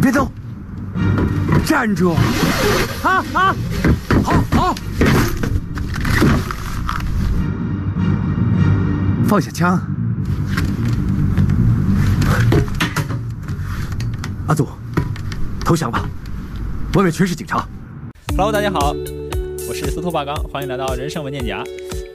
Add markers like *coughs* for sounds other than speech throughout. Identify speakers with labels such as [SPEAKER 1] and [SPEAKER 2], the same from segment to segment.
[SPEAKER 1] 别动，站住！啊啊！好好，放下枪。阿祖，投降吧，外面全是警察。
[SPEAKER 2] Hello，大家好，我是司徒霸刚，欢迎来到人生文件夹。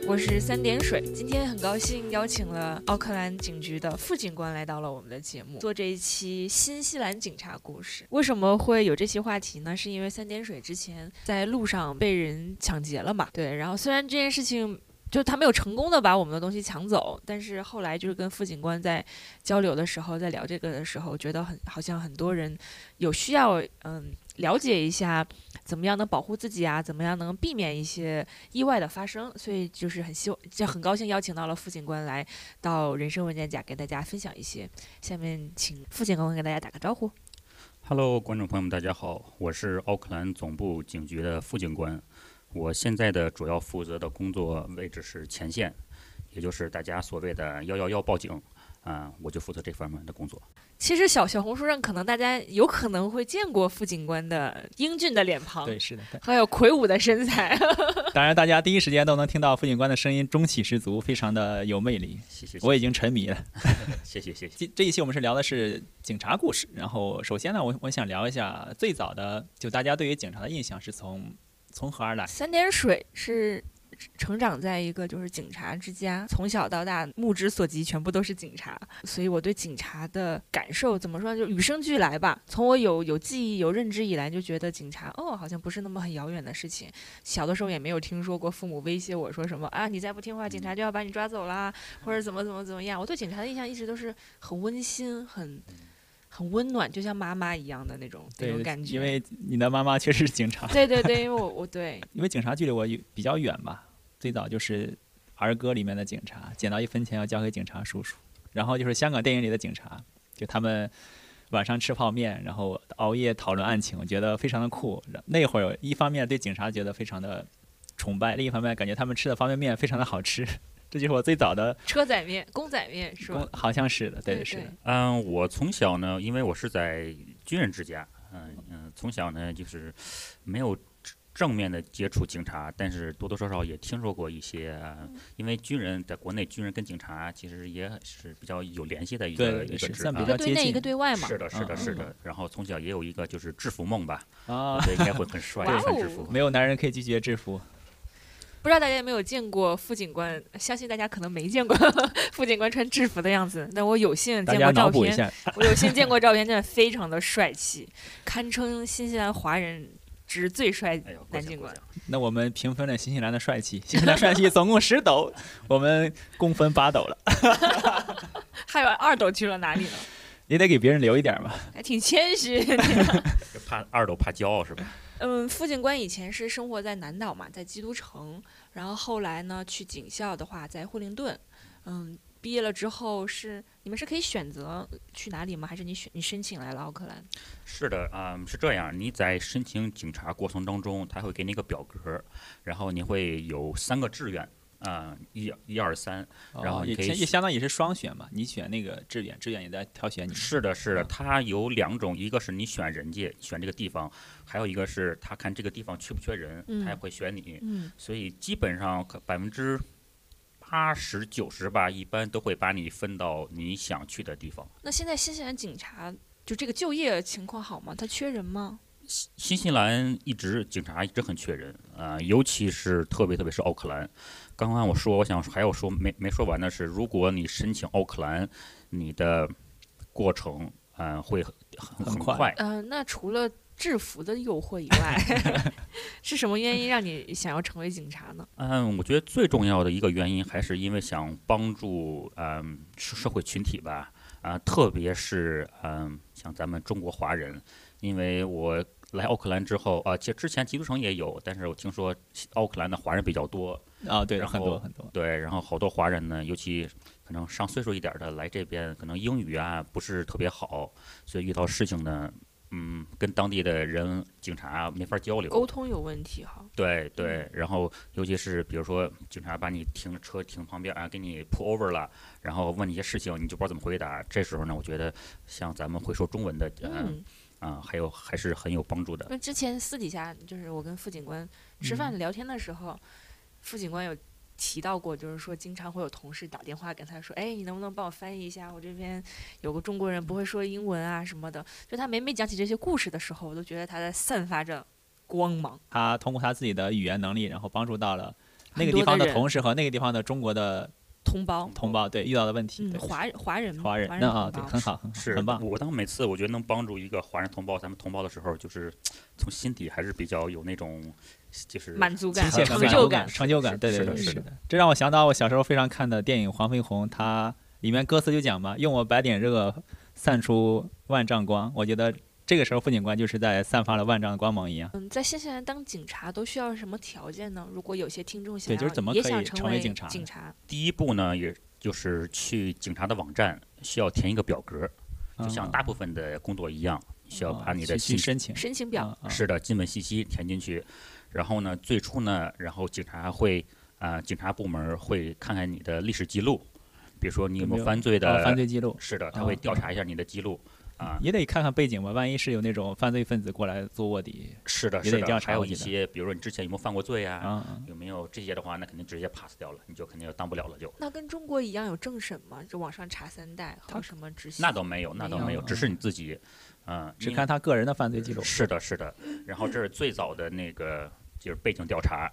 [SPEAKER 3] 我是三点水，今天很高兴邀请了奥克兰警局的副警官来到了我们的节目，做这一期新西兰警察故事。为什么会有这期话题呢？是因为三点水之前在路上被人抢劫了嘛？对，然后虽然这件事情。就他没有成功的把我们的东西抢走，但是后来就是跟副警官在交流的时候，在聊这个的时候，觉得很好像很多人有需要，嗯，了解一下怎么样能保护自己啊，怎么样能避免一些意外的发生，所以就是很希望，就很高兴邀请到了副警官来到人生文件夹给大家分享一些。下面请副警官给大家打个招呼。
[SPEAKER 4] Hello，观众朋友们，大家好，我是奥克兰总部警局的副警官。我现在的主要负责的工作位置是前线，也就是大家所谓的“幺幺幺”报警，啊、我就负责这方面的工作。
[SPEAKER 3] 其实小小红书上可能大家有可能会见过副警官的英俊的脸庞，
[SPEAKER 2] 对，是的，
[SPEAKER 3] 还有魁梧的身材。
[SPEAKER 2] 当然大家第一时间都能听到副警官的声音，中气十足，非常的有魅力。
[SPEAKER 4] 谢谢，
[SPEAKER 2] 我已经沉迷了。
[SPEAKER 4] 谢谢谢谢。
[SPEAKER 2] 这这一期我们是聊的是警察故事，然后首先呢，我我想聊一下最早的，就大家对于警察的印象是从从何而来？
[SPEAKER 3] 三点水是成长在一个就是警察之家，从小到大目之所及全部都是警察，所以我对警察的感受怎么说呢，就与生俱来吧。从我有有记忆、有认知以来，就觉得警察哦，好像不是那么很遥远的事情。小的时候也没有听说过父母威胁我说什么啊，你再不听话，警察就要把你抓走啦，或者怎么怎么怎么样。我对警察的印象一直都是很温馨、很很温暖，就像妈妈一样的那种那种感觉。
[SPEAKER 2] 因为你的妈妈确实是警察，
[SPEAKER 3] 对对对，因为我我对
[SPEAKER 2] 因为警察距离我有比较远吧。最早就是儿歌里面的警察，捡到一分钱要交给警察叔叔，然后就是香港电影里的警察，就他们晚上吃泡面，然后熬夜讨论案情，我觉得非常的酷。然那会儿一方面对警察觉得非常的崇拜，另一方面感觉他们吃的方便面非常的好吃。 *laughs* 这就是我最早的
[SPEAKER 3] 车载面、公仔面是吧
[SPEAKER 2] 工？，好像是的，
[SPEAKER 3] 对
[SPEAKER 2] 对，是
[SPEAKER 3] 对
[SPEAKER 2] 的。
[SPEAKER 4] 嗯，我从小呢，因为我是在军人之家，嗯嗯，从小呢就是没有正正面的接触警察，但是多多少少也听说过一些，呃因为军人在国内，军人跟警察其实也是比较有联系的一个
[SPEAKER 2] 对
[SPEAKER 4] 一个
[SPEAKER 2] 是
[SPEAKER 4] 职
[SPEAKER 2] 算比
[SPEAKER 4] 啊
[SPEAKER 2] 较
[SPEAKER 3] 一个对
[SPEAKER 2] 接
[SPEAKER 3] 内
[SPEAKER 2] 近
[SPEAKER 3] 一个对外嘛。
[SPEAKER 4] 是的，是的，
[SPEAKER 2] 嗯
[SPEAKER 4] 是
[SPEAKER 3] 嗯哦
[SPEAKER 4] 的。然后从小也有一个就是制服
[SPEAKER 3] *laughs*
[SPEAKER 4] 梦吧，
[SPEAKER 2] 啊，
[SPEAKER 4] 所以应该会很帅，
[SPEAKER 3] 哇
[SPEAKER 4] 穿制
[SPEAKER 3] 哦
[SPEAKER 4] 服。
[SPEAKER 2] 没有男人可以拒绝制服。
[SPEAKER 3] 不知道大家有没有见过副警官？相信大家可能没见过副警官穿制服的样子。但我有幸
[SPEAKER 2] 大
[SPEAKER 3] 见
[SPEAKER 2] 家
[SPEAKER 3] 过
[SPEAKER 2] 脑
[SPEAKER 3] 照
[SPEAKER 2] 补一
[SPEAKER 3] 片，
[SPEAKER 2] 下，
[SPEAKER 3] 我有幸见过照片，真的非常的帅气，堪称新西兰华人之最帅
[SPEAKER 4] 哎呦，过
[SPEAKER 3] 男
[SPEAKER 4] 奖
[SPEAKER 3] 警
[SPEAKER 4] 过
[SPEAKER 3] 官
[SPEAKER 4] 奖。
[SPEAKER 2] 那我们平分了新西兰的帅气，新西兰帅气总共十斗， *laughs* 我们共分八斗了，
[SPEAKER 3] 还有二斗去了哪里呢？
[SPEAKER 2] 也得给别人留一点嘛。
[SPEAKER 3] 还挺谦虚。
[SPEAKER 4] 这怕二斗怕骄傲是吧？
[SPEAKER 3] 嗯，副警官以前是生活在南岛嘛，在基督城，然后后来呢去警校的话，在惠灵顿，嗯，毕业了之后是你们是可以选择去哪里吗？还是你选你申请来了奥克兰？
[SPEAKER 4] 是的，啊、是这样。你在申请警察过程当中，他会给你一个表格，然后你会有三个志愿，啊、一、一二三。然
[SPEAKER 2] 哦
[SPEAKER 4] 后你
[SPEAKER 2] 也
[SPEAKER 4] 可以
[SPEAKER 2] 相也
[SPEAKER 4] 选
[SPEAKER 2] 相当于是双选嘛，你选那个志愿，志愿也在挑选你。
[SPEAKER 4] 是的，是的，
[SPEAKER 2] 嗯
[SPEAKER 4] 他有两种，一个是你选人家，选这个地方，还有一个是他看这个地方缺不缺人，
[SPEAKER 3] 嗯
[SPEAKER 4] 他也会选你。
[SPEAKER 3] 嗯，
[SPEAKER 4] 所以基本上百分之八十九十吧，一般都会把你分到你想去的地方。
[SPEAKER 3] 那现在新西兰警察就这个就业情况好吗？他缺人吗？
[SPEAKER 4] 新西兰一直警察一直很缺人啊、呃尤其是特别特别是奥克兰。刚刚我说，我想还要说没没说完的是，如果你申请奥克兰，你的过程嗯、呃会很很
[SPEAKER 2] 很快
[SPEAKER 4] 快。
[SPEAKER 3] 呃，那除了制服的诱惑以外， *laughs* 是什么原因让你想要成为警察呢？
[SPEAKER 4] 嗯，我觉得最重要的一个原因还是因为想帮助嗯社社会群体吧，啊、特别是嗯像咱们中国华人，因为我来奥克兰之后啊，其实之前基督城也有，但是我听说奥克兰的华人比较多，
[SPEAKER 2] 啊，对，
[SPEAKER 4] 然
[SPEAKER 2] 很多
[SPEAKER 4] 后
[SPEAKER 2] 很多。
[SPEAKER 4] 对，然后好多华人呢，尤其可能上岁数一点儿的来这边，可能英语啊不是特别好，所以遇到事情呢，嗯，跟当地的人警察没法交流，
[SPEAKER 3] 沟通有问题哈。
[SPEAKER 4] 对
[SPEAKER 3] 嗯
[SPEAKER 4] 对，然后尤其是比如说警察把你停车停旁边啊，给你 pull over 了，然后问你一些事情，你就不知道怎么回答。这时候呢，我觉得像咱们会说中文的，呃
[SPEAKER 3] 嗯，
[SPEAKER 4] 啊、还有还是很有帮助的
[SPEAKER 3] 因。为呃之前私底下就是我跟副警官吃
[SPEAKER 2] 嗯
[SPEAKER 3] 饭聊天的时候，副警官有提到过，就是说经常会有同事打电话跟他说：“哎，你能不能帮我翻译一下？我这边有个中国人不会说英文啊什么的。”就他每每讲起这些故事的时候，我都觉得他在散发着光芒。
[SPEAKER 2] 他通过他自己的语言能力，然后帮助到了那个
[SPEAKER 3] 很多
[SPEAKER 2] 地方
[SPEAKER 3] 的
[SPEAKER 2] 的
[SPEAKER 3] 人
[SPEAKER 2] 同事和那个地方的中国的
[SPEAKER 3] 同胞，
[SPEAKER 2] 同胞，对遇到的问题，
[SPEAKER 3] 嗯，
[SPEAKER 2] 对
[SPEAKER 3] 华华人嘛，
[SPEAKER 2] 华人，那
[SPEAKER 3] 同
[SPEAKER 2] 啊，
[SPEAKER 3] 胞
[SPEAKER 2] 对，很好，很好
[SPEAKER 4] 是
[SPEAKER 2] 很棒。
[SPEAKER 4] 我当每次我觉得能帮助一个华人同胞，咱们同胞的时候，就是从心底还是比较有那种就是
[SPEAKER 3] 满足感、
[SPEAKER 2] 亲切
[SPEAKER 3] 成
[SPEAKER 2] 感
[SPEAKER 3] 就
[SPEAKER 2] 感、成就感，对对对，
[SPEAKER 4] 是的
[SPEAKER 2] 对
[SPEAKER 4] 是的
[SPEAKER 2] 的。这让我想到我小时候非常看的电影《黄飞鸿》，它里面歌词就讲嘛，用我白点热，散出万丈光。我觉得这个时候副警官就是在散发了万丈的光芒一样。
[SPEAKER 3] 嗯，在新西兰当警察都需要什么条件呢？如果有些听众想
[SPEAKER 2] 对
[SPEAKER 3] 要
[SPEAKER 2] 就是怎么
[SPEAKER 3] 也
[SPEAKER 2] 可以
[SPEAKER 3] 想
[SPEAKER 2] 成为
[SPEAKER 3] 为
[SPEAKER 2] 警察
[SPEAKER 3] 警
[SPEAKER 2] 呢
[SPEAKER 3] 察，
[SPEAKER 4] 第一步呢，也就是去警察的网站需要填一个表格，就像
[SPEAKER 2] 嗯
[SPEAKER 4] 大部分的工作一样，需要
[SPEAKER 2] 嗯
[SPEAKER 4] 把你的
[SPEAKER 2] 去去
[SPEAKER 4] 信
[SPEAKER 2] 申请
[SPEAKER 3] 申请表，
[SPEAKER 2] 嗯嗯
[SPEAKER 4] 是的，基本信息填进去，然后呢，最初呢，然后警察会啊、呃警察部门会看看你的历史记录，比如说你有
[SPEAKER 2] 有
[SPEAKER 4] 没
[SPEAKER 2] 没
[SPEAKER 4] 有
[SPEAKER 2] 有
[SPEAKER 4] 嗯犯罪的，
[SPEAKER 2] 哦犯罪记录，
[SPEAKER 4] 是的，他
[SPEAKER 2] 啊
[SPEAKER 4] 会调查一下你的记录啊、
[SPEAKER 2] 也得看看背景吧，万一是有那种犯罪分子过来做卧底
[SPEAKER 4] 是的，
[SPEAKER 2] 也
[SPEAKER 4] 是
[SPEAKER 2] 得调
[SPEAKER 4] 的，
[SPEAKER 2] 查
[SPEAKER 4] 还有
[SPEAKER 2] 我
[SPEAKER 4] 一
[SPEAKER 2] 记得
[SPEAKER 4] 些，比如说你之前有没有犯过罪呀、
[SPEAKER 2] 啊，嗯
[SPEAKER 4] 有没有这些的话，那肯定直接 pass 掉了，你就肯定当不了了就。
[SPEAKER 3] 那跟中国一样有政审吗？就网上查三代和什么执行？
[SPEAKER 4] 那倒没有，那倒
[SPEAKER 2] 没
[SPEAKER 4] 没
[SPEAKER 2] 有
[SPEAKER 4] 有，啊只是你自己，嗯、
[SPEAKER 2] 只
[SPEAKER 4] 因
[SPEAKER 2] 看他个人的犯罪记录。
[SPEAKER 4] 是的，是的。然后这是最早的那个就是背景调查，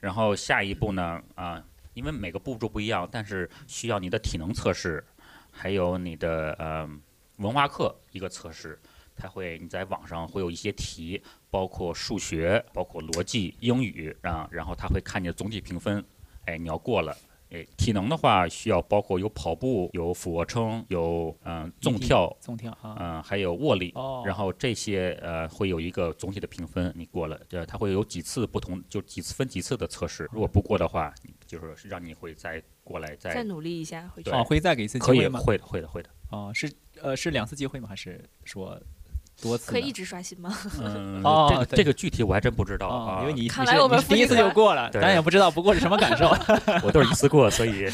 [SPEAKER 4] 然后下一步呢啊、因为每个步骤不一样，但是需要你的体能测试，还有你的呃文化课一个测试。它会你在网上会有一些题，包括数学、包括逻辑、英语啊，然后它会看你的总体评分，哎，你要过了。哎，体能的话需要包括有跑步、有俯卧撑、有嗯、纵跳、
[SPEAKER 2] 纵跳啊，
[SPEAKER 4] 嗯、还有握力。
[SPEAKER 2] 哦，
[SPEAKER 4] 然后这些呃会有一个总体的评分，你过了，呃，它会有几次不同，就几次分几次的测
[SPEAKER 2] 哦
[SPEAKER 4] 试。如果不过的话，你就是让你会再过来再
[SPEAKER 3] 再努力一下回去
[SPEAKER 4] 对。
[SPEAKER 2] 哦会再给一次机
[SPEAKER 4] 可以
[SPEAKER 2] 会吗？
[SPEAKER 4] 会的会
[SPEAKER 2] *laughs*
[SPEAKER 4] 的会的，
[SPEAKER 2] 哦，是呃是两次机会吗？还是说多次呢？
[SPEAKER 3] 可以一直刷新吗？
[SPEAKER 4] *laughs* 嗯，
[SPEAKER 2] 哦
[SPEAKER 4] 这个
[SPEAKER 2] 对
[SPEAKER 4] 这个具体我还真不知道
[SPEAKER 2] 哦，
[SPEAKER 4] 啊
[SPEAKER 2] 因为，你
[SPEAKER 3] 看
[SPEAKER 2] 你
[SPEAKER 3] 来
[SPEAKER 2] 是
[SPEAKER 3] 我们
[SPEAKER 2] 你是第
[SPEAKER 3] 父
[SPEAKER 2] 一
[SPEAKER 3] 亲
[SPEAKER 2] 次就
[SPEAKER 3] 们
[SPEAKER 2] 过了，
[SPEAKER 4] 对
[SPEAKER 2] 咱也不知道不过是什么感
[SPEAKER 3] *laughs*
[SPEAKER 2] 受。
[SPEAKER 4] *laughs* 我都是一次过，
[SPEAKER 2] *laughs*
[SPEAKER 4] 所以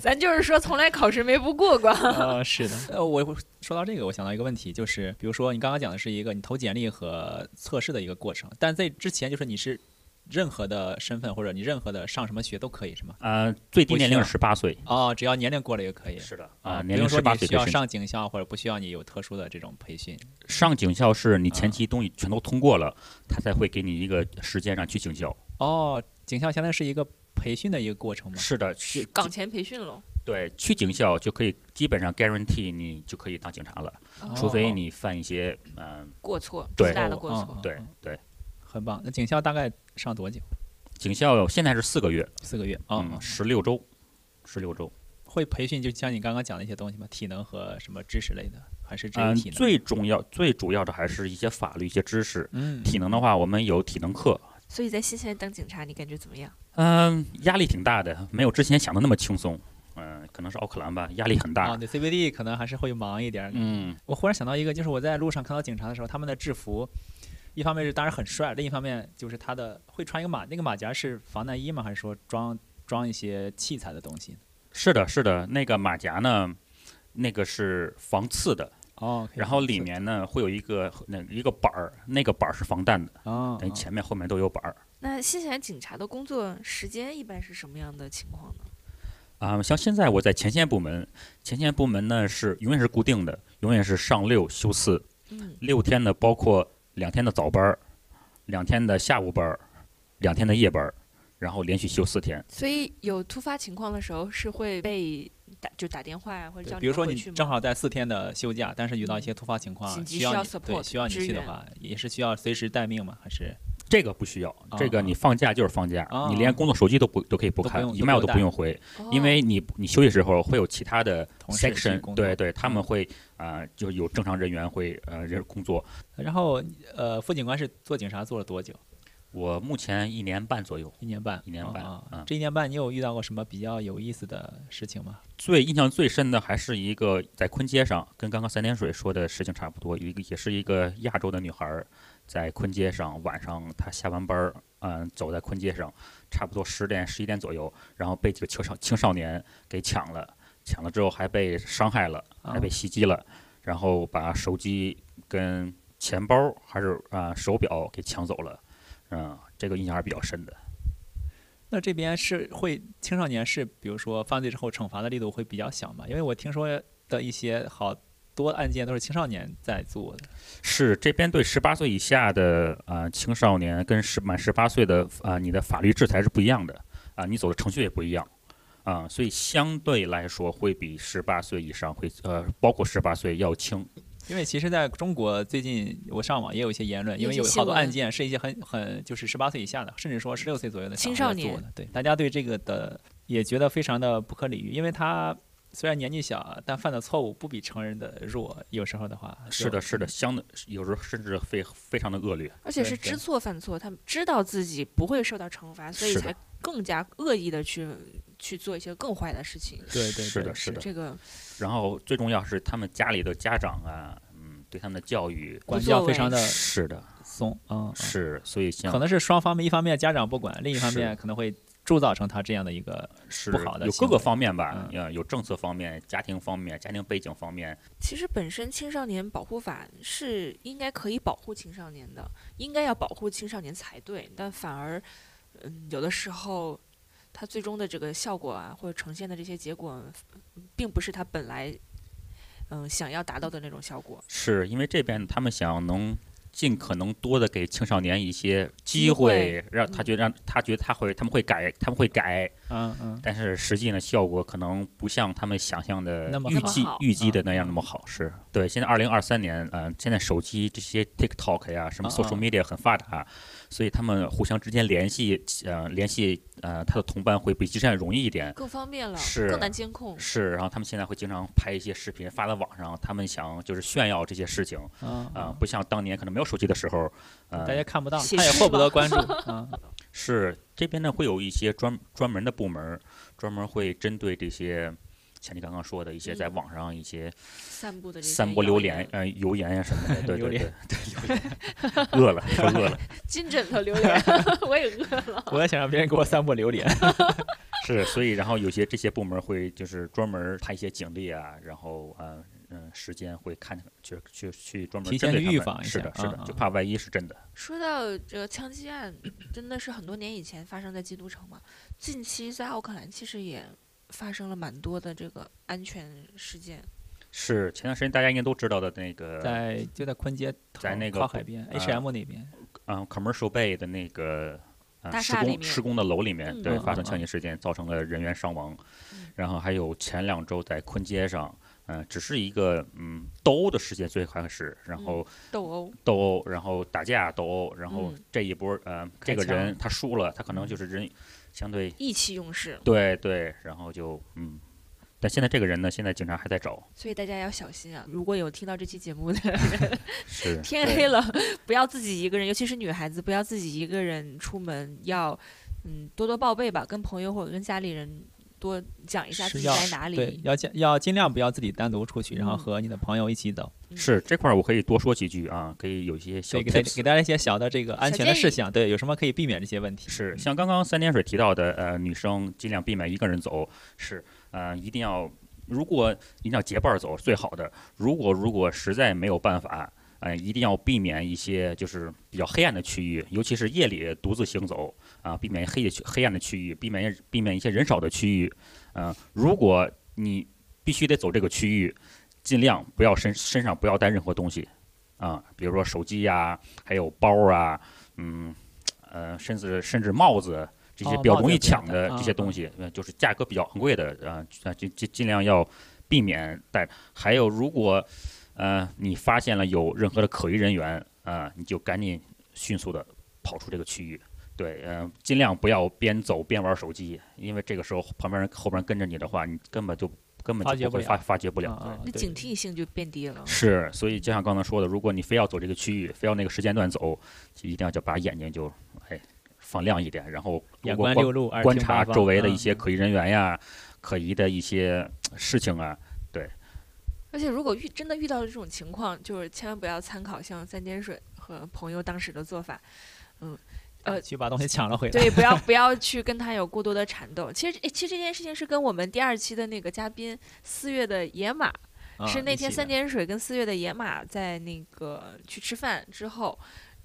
[SPEAKER 3] 咱就是说从来考试没不过过。
[SPEAKER 4] *laughs*
[SPEAKER 2] 呃，是的。呃，我我说到这个，我想到一个问题，就是比如说你刚刚讲的是一个你投简历和测试的一个过程，但在之前就是你是任何的身份或者你任何的上什么学都可以是吗？
[SPEAKER 4] 呃，最
[SPEAKER 2] 不
[SPEAKER 4] 低
[SPEAKER 2] 需
[SPEAKER 4] 年龄
[SPEAKER 2] 要
[SPEAKER 4] 是十八岁，
[SPEAKER 2] 哦，只要年龄过了也可以。
[SPEAKER 4] 是的，
[SPEAKER 2] 啊，
[SPEAKER 4] 啊，
[SPEAKER 2] 不
[SPEAKER 4] 年
[SPEAKER 2] 用
[SPEAKER 4] 龄
[SPEAKER 2] 说
[SPEAKER 4] 十八
[SPEAKER 2] 你
[SPEAKER 4] 岁
[SPEAKER 2] 需要
[SPEAKER 4] 可以申
[SPEAKER 2] 上警校或者不需要你有特殊的这种培训。
[SPEAKER 4] 上警校是你前
[SPEAKER 2] 啊
[SPEAKER 4] 期东西全都通过了，他才会给你一个时间让去警校。
[SPEAKER 2] 哦，警校相当于是一个培训的一个过程嘛。
[SPEAKER 4] 是的，去
[SPEAKER 3] 岗前培训喽，
[SPEAKER 4] 对去警校就可以基本上 guarantee 你就可以当警察了，除非
[SPEAKER 2] 哦
[SPEAKER 4] 你犯一些嗯。
[SPEAKER 3] 过错，
[SPEAKER 4] 对嗯
[SPEAKER 3] 最大的过
[SPEAKER 2] 哦
[SPEAKER 3] 错
[SPEAKER 2] 哦。
[SPEAKER 4] 对对，
[SPEAKER 2] 很棒。那警校大概上多久？
[SPEAKER 4] 警校现在是四个月，
[SPEAKER 2] 四个月。哦，
[SPEAKER 4] 嗯，十六周，十六周。
[SPEAKER 2] 会培训就像你刚刚讲的一些东西吗？体能和什么知识类的，还是只有
[SPEAKER 4] 嗯，
[SPEAKER 2] 体能？
[SPEAKER 4] 最重要、最主要的还是一些法律、一些知识。
[SPEAKER 2] 嗯
[SPEAKER 4] 体能的话，我们有体能课，
[SPEAKER 3] 所以在新西兰当警察，你感觉怎么样？
[SPEAKER 4] 嗯，压力挺大的，没有之前想的那么轻松。嗯，可能是奥克兰吧，压力很
[SPEAKER 2] 啊，
[SPEAKER 4] 大。
[SPEAKER 2] 对 CBD 可能还是会忙一点儿。
[SPEAKER 4] 嗯，
[SPEAKER 2] 我忽然想到一个，就是我在路上看到警察的时候，他们的制服，一方面是当然很帅，另一方面就是他的会穿一个马，那个马甲是防弹衣吗？还是说装装一些器材的东西？
[SPEAKER 4] 是的，是的，那个马甲呢，那个是防刺的，
[SPEAKER 2] 哦，
[SPEAKER 4] 然后里面呢会有一个那一个板儿，那个板儿是防弹的，
[SPEAKER 2] 啊
[SPEAKER 4] 等于前面后面都有板儿。
[SPEAKER 3] 那新西兰警察的工作时间一般是什么样的情况呢？
[SPEAKER 4] 啊、像现在我在前线部门，前线部门呢是永远是固定的，永远是上六休四，
[SPEAKER 3] 嗯，
[SPEAKER 4] 六天呢包括两天的早班儿，两天的下午班儿，两天的夜班儿，然后连续休四天。
[SPEAKER 3] 所以有突发情况的时候是会被打，就打电话呀，或者
[SPEAKER 2] 对，
[SPEAKER 3] 叫你
[SPEAKER 2] 比如
[SPEAKER 3] 们
[SPEAKER 2] 说
[SPEAKER 3] 回
[SPEAKER 2] 你
[SPEAKER 3] 去吗
[SPEAKER 2] 正好在四天的休假，但是遇到一些突发情况，
[SPEAKER 3] 紧急
[SPEAKER 2] 需要
[SPEAKER 3] 需要
[SPEAKER 2] 你
[SPEAKER 3] support，
[SPEAKER 2] 对需要你
[SPEAKER 3] 支
[SPEAKER 2] 去的
[SPEAKER 3] 援
[SPEAKER 2] 话，也是需要随时待命吗？还是
[SPEAKER 4] 这个不需要，这个
[SPEAKER 2] 啊
[SPEAKER 4] 你放假就是放假，
[SPEAKER 2] 啊
[SPEAKER 4] 你连工作手机都不都可以
[SPEAKER 2] 都
[SPEAKER 4] 不
[SPEAKER 2] 不
[SPEAKER 4] 看
[SPEAKER 2] 用，都不
[SPEAKER 4] ，email
[SPEAKER 2] 用
[SPEAKER 4] 都
[SPEAKER 2] 带
[SPEAKER 4] 不用回，
[SPEAKER 3] 哦
[SPEAKER 4] 因为你你休息时候会有其他的
[SPEAKER 2] 同事去
[SPEAKER 4] section，
[SPEAKER 2] 工作嗯
[SPEAKER 4] 对对，他们会啊、呃就有正常人员会呃人工作。
[SPEAKER 2] 然后呃，副警官是做警察做了多久？
[SPEAKER 4] 我目前一年半左右，
[SPEAKER 2] 一年半，
[SPEAKER 4] 一年半
[SPEAKER 2] 啊、
[SPEAKER 4] 嗯
[SPEAKER 2] 这一年半你有遇到过什么比较有意思的事情吗？
[SPEAKER 4] 最印象最深的还是一个在昆街上，跟刚刚三点水说的事情差不多，有一个也是一个亚洲的女孩儿，在昆街上，晚上她下完班儿，嗯，走在昆街上，差不多十点十一点左右，然后被几个青少青少年给抢了，抢
[SPEAKER 2] 啊
[SPEAKER 4] 了之后还被伤害了，还被袭击了，然后把手机跟钱包还是啊、呃手表给抢走了，嗯、这个印象还是比较深的。
[SPEAKER 2] 那这边是会青少年是，比如说犯罪之后惩罚的力度会比较小嘛？因为我听说的一些好多案件都是青少年在做的。
[SPEAKER 4] 是这边对十八岁以下的啊、呃青少年跟十满十八岁的啊、你的法律制裁是不一样的啊、你走的程序也不一样啊、所以相对来说会比十八岁以上会呃包括十八岁要轻。
[SPEAKER 2] 因为其实在中国最近我上网也有一些言论，因为
[SPEAKER 3] 有
[SPEAKER 2] 有
[SPEAKER 3] 些
[SPEAKER 2] 好多
[SPEAKER 3] 新闻
[SPEAKER 2] 案件是一些很很就是十八岁以下的，甚至说十六岁左右的
[SPEAKER 3] 青
[SPEAKER 2] 小孩
[SPEAKER 3] 少
[SPEAKER 2] 在做
[SPEAKER 3] 年
[SPEAKER 2] 的，对大家对这个的也觉得非常的不可理喻，因为他。虽然年纪小，但犯的错误不比成人的弱。有时候的话，
[SPEAKER 4] 是的，是的，，相对有时候甚至非非常的恶劣。
[SPEAKER 3] 而且
[SPEAKER 2] 对
[SPEAKER 3] 是
[SPEAKER 2] 对
[SPEAKER 3] 知错犯错，他们知道自己不会受到惩罚，所以
[SPEAKER 4] 是的
[SPEAKER 3] 才更加恶意的去去做一些更坏的事情。
[SPEAKER 2] 对对
[SPEAKER 4] 是
[SPEAKER 2] 对
[SPEAKER 4] 的，是的。
[SPEAKER 3] 这个
[SPEAKER 4] 然后最重要是他们家里的家长啊，嗯，对他们的教育
[SPEAKER 2] 管
[SPEAKER 3] 不
[SPEAKER 2] 教
[SPEAKER 3] 作
[SPEAKER 2] 非常
[SPEAKER 3] 为
[SPEAKER 2] 的
[SPEAKER 4] 是的，
[SPEAKER 2] 松，嗯，嗯
[SPEAKER 4] 是，所以像
[SPEAKER 2] 可能是双方面，一方面家长不管，另一方
[SPEAKER 4] 是
[SPEAKER 2] 面可能会铸造成他这样的一个，
[SPEAKER 4] 是
[SPEAKER 2] 不好的
[SPEAKER 4] 有
[SPEAKER 2] 行
[SPEAKER 4] 各
[SPEAKER 2] 为
[SPEAKER 4] 个方面吧，
[SPEAKER 2] 嗯
[SPEAKER 4] 呃，有政策方面、家庭方面、家庭背景方面，
[SPEAKER 3] 其实本身青少年保护法是应该可以保护青少年的，应该要保护青少年才对，但反而，嗯，有的时候，它最终的这个效果啊，或者呈现的这些结果，嗯并不是他本来，嗯，想要达到的那种效果。
[SPEAKER 4] 是因为这边他们想能尽可能多的给青少年一些
[SPEAKER 3] 机
[SPEAKER 4] 机
[SPEAKER 3] 会嗯
[SPEAKER 4] 会，让他觉得让他觉得他会他们会改，他们会改，
[SPEAKER 2] 嗯嗯，
[SPEAKER 4] 但是实际呢，效果可能不像他们想象的
[SPEAKER 2] 那么嗯
[SPEAKER 4] 预
[SPEAKER 3] 好
[SPEAKER 4] 计
[SPEAKER 3] 那么好
[SPEAKER 4] 预计的那样那么好。是对，现在二零二三年，嗯、现在手机这些 TikTok 呀、什么
[SPEAKER 2] 啊啊
[SPEAKER 4] social media 很发达，所以他们互相之间联系，呃，联系呃他的同伴会比之前容易一点。
[SPEAKER 3] 更方便了，
[SPEAKER 4] 是
[SPEAKER 3] 更难监控。
[SPEAKER 4] 是，然后他们现在会经常拍一些视频发到网上，他们想就是炫耀这些事情
[SPEAKER 2] 嗯
[SPEAKER 4] 啊、不像当年可能没有手机的时候，呃，
[SPEAKER 2] 大家看不到，
[SPEAKER 3] 写
[SPEAKER 2] 他也
[SPEAKER 3] 诗
[SPEAKER 2] 获不
[SPEAKER 3] 吧
[SPEAKER 2] 得
[SPEAKER 3] *laughs*
[SPEAKER 2] 关注，嗯，
[SPEAKER 4] 是这边呢会有一些专专门的部门儿，专门会针对这些，像你刚刚说的一些在
[SPEAKER 3] 嗯
[SPEAKER 4] 网上一些
[SPEAKER 3] 散布的这些
[SPEAKER 4] 散播
[SPEAKER 3] 谣
[SPEAKER 4] 榴
[SPEAKER 3] 言
[SPEAKER 4] 莲、呃油盐呀什么的，对
[SPEAKER 2] *laughs* 榴
[SPEAKER 4] 对对 *laughs* 对，饿了又饿了，
[SPEAKER 3] 金枕头榴 *laughs* 莲，我也饿了。
[SPEAKER 2] 我也想让别人给我散播榴莲，
[SPEAKER 4] 是，所以然后有些这些部门会就是专门派一些警力啊，然后嗯嗯、时间会看去去去专门
[SPEAKER 2] 提
[SPEAKER 4] 针
[SPEAKER 2] 前
[SPEAKER 4] 对他
[SPEAKER 2] 预
[SPEAKER 4] 们
[SPEAKER 2] 防一
[SPEAKER 4] 是
[SPEAKER 2] 下
[SPEAKER 4] 的是的
[SPEAKER 2] 嗯，
[SPEAKER 4] 就
[SPEAKER 2] 嗯
[SPEAKER 4] 怕万一是真的，
[SPEAKER 3] 说到这个枪击案， *coughs* 真的是很多年以前发生在基督城嘛。近期在奥克兰其实也发生了蛮多的这个安全事件，
[SPEAKER 4] 是前段时间大家应该都知道的那个
[SPEAKER 2] 在就在昆街头，
[SPEAKER 4] 在那个
[SPEAKER 2] 靠海边
[SPEAKER 4] 呃
[SPEAKER 2] H&M 那边，
[SPEAKER 4] 嗯、commercial bay 的那个、
[SPEAKER 3] 大
[SPEAKER 4] 呃、施
[SPEAKER 3] 厦里
[SPEAKER 4] 工
[SPEAKER 3] 面
[SPEAKER 4] 施工的楼里面，
[SPEAKER 3] 嗯
[SPEAKER 4] 对
[SPEAKER 2] 嗯
[SPEAKER 4] 发生
[SPEAKER 2] 嗯
[SPEAKER 4] 枪击事件，造成了人员伤亡。
[SPEAKER 3] 嗯
[SPEAKER 4] 然后还有前两周在昆街上，嗯、只是一个嗯斗殴的事件最开始，
[SPEAKER 3] 嗯
[SPEAKER 4] 然后
[SPEAKER 3] 斗殴，
[SPEAKER 4] 斗殴，然后打架斗殴，然后
[SPEAKER 3] 嗯
[SPEAKER 4] 这一波呃
[SPEAKER 2] 开
[SPEAKER 4] 这个
[SPEAKER 2] 枪
[SPEAKER 4] 人他输了，他可能就是人相对
[SPEAKER 3] 意气用事，
[SPEAKER 4] 对对，然后就嗯。但现在这个人呢，现在警察还在找，
[SPEAKER 3] 所以大家要小心啊！如果有听到这期节目的人，
[SPEAKER 4] 是
[SPEAKER 3] 天黑 *laughs* 了不要自己一个人，尤其是女孩子，不要自己一个人出门，要嗯多多报备吧，跟朋友或者跟家里人多讲一下
[SPEAKER 2] 是
[SPEAKER 3] 自己
[SPEAKER 2] 要
[SPEAKER 3] 在哪
[SPEAKER 2] 对
[SPEAKER 3] 里，。
[SPEAKER 2] 要尽要尽量不要自己单独出去，然后
[SPEAKER 3] 嗯
[SPEAKER 2] 和你的朋友一起走，
[SPEAKER 4] 是这块儿我可以多说几句啊，可以有一些小
[SPEAKER 2] 对，给大
[SPEAKER 4] tips
[SPEAKER 2] 家给大家一些小的这个安
[SPEAKER 3] 小
[SPEAKER 2] 全的
[SPEAKER 3] 建
[SPEAKER 2] 事
[SPEAKER 3] 议
[SPEAKER 2] 项，对，有什么可以避免这些问题？
[SPEAKER 4] 是
[SPEAKER 2] 嗯
[SPEAKER 4] 像刚刚三点水提到的，呃，女生尽量避免一个人走，是呃，一定要如果一定要结伴儿走是最好的。如果如果实在没有办法，呃，一定要避免一些就是比较黑暗的区域，尤其是夜里独自行走啊、避免黑的区黑暗的区域，避免避免一些人少的区域。呃，如果你必须得走这个区域，尽量不要身身上不要带任何东西啊、比如说手机呀、还有包啊，嗯，呃，甚至甚至帽子这些
[SPEAKER 2] 哦
[SPEAKER 4] 比较
[SPEAKER 2] 帽子
[SPEAKER 4] 容易
[SPEAKER 2] 也不要
[SPEAKER 4] 抢
[SPEAKER 2] 戴
[SPEAKER 4] 的这些
[SPEAKER 2] 啊
[SPEAKER 4] 东
[SPEAKER 2] 啊
[SPEAKER 4] 西，呃就是价格比较昂贵的啊，啊，尽尽尽量要避免带。还有，如果呃你发现了有任何的可疑人员啊、你就赶紧迅速的跑出这个区域。对，呃，尽量不要边走边玩手机，因为这个时候旁边人后边跟着你的话，你根本就根
[SPEAKER 2] 发
[SPEAKER 4] 本
[SPEAKER 2] 觉
[SPEAKER 4] 就不
[SPEAKER 2] 不
[SPEAKER 4] 会
[SPEAKER 2] 了
[SPEAKER 4] 发发觉不了。对
[SPEAKER 2] 啊，
[SPEAKER 3] 那
[SPEAKER 2] 对
[SPEAKER 3] 警惕性就变低了。
[SPEAKER 4] 是，所以就像刚才说的，如果你非要走这个区域，非要那个时间段走，就一定要就把眼睛就哎放亮一点，然后
[SPEAKER 2] 眼
[SPEAKER 4] 观
[SPEAKER 2] 观六路，耳
[SPEAKER 4] 观
[SPEAKER 2] 听
[SPEAKER 4] 察
[SPEAKER 2] 八方
[SPEAKER 4] 周围的一
[SPEAKER 2] 嗯
[SPEAKER 4] 些可疑人员呀、可疑的一些事情啊。
[SPEAKER 2] 嗯
[SPEAKER 3] 而且如果遇真的遇到这种情况，就是千万不要参考像三点水和朋友当时的做法，呃
[SPEAKER 2] 去把东西抢了回来。
[SPEAKER 3] 对，不要不要去跟他有过多的缠斗。其实，诶其实这件事情是跟我们第二期的那个嘉宾四月的野马
[SPEAKER 2] 啊
[SPEAKER 3] 是那
[SPEAKER 2] 一
[SPEAKER 3] 天
[SPEAKER 2] 起
[SPEAKER 3] 三
[SPEAKER 2] 的
[SPEAKER 3] 点水跟四月的野马在那个去吃饭之后，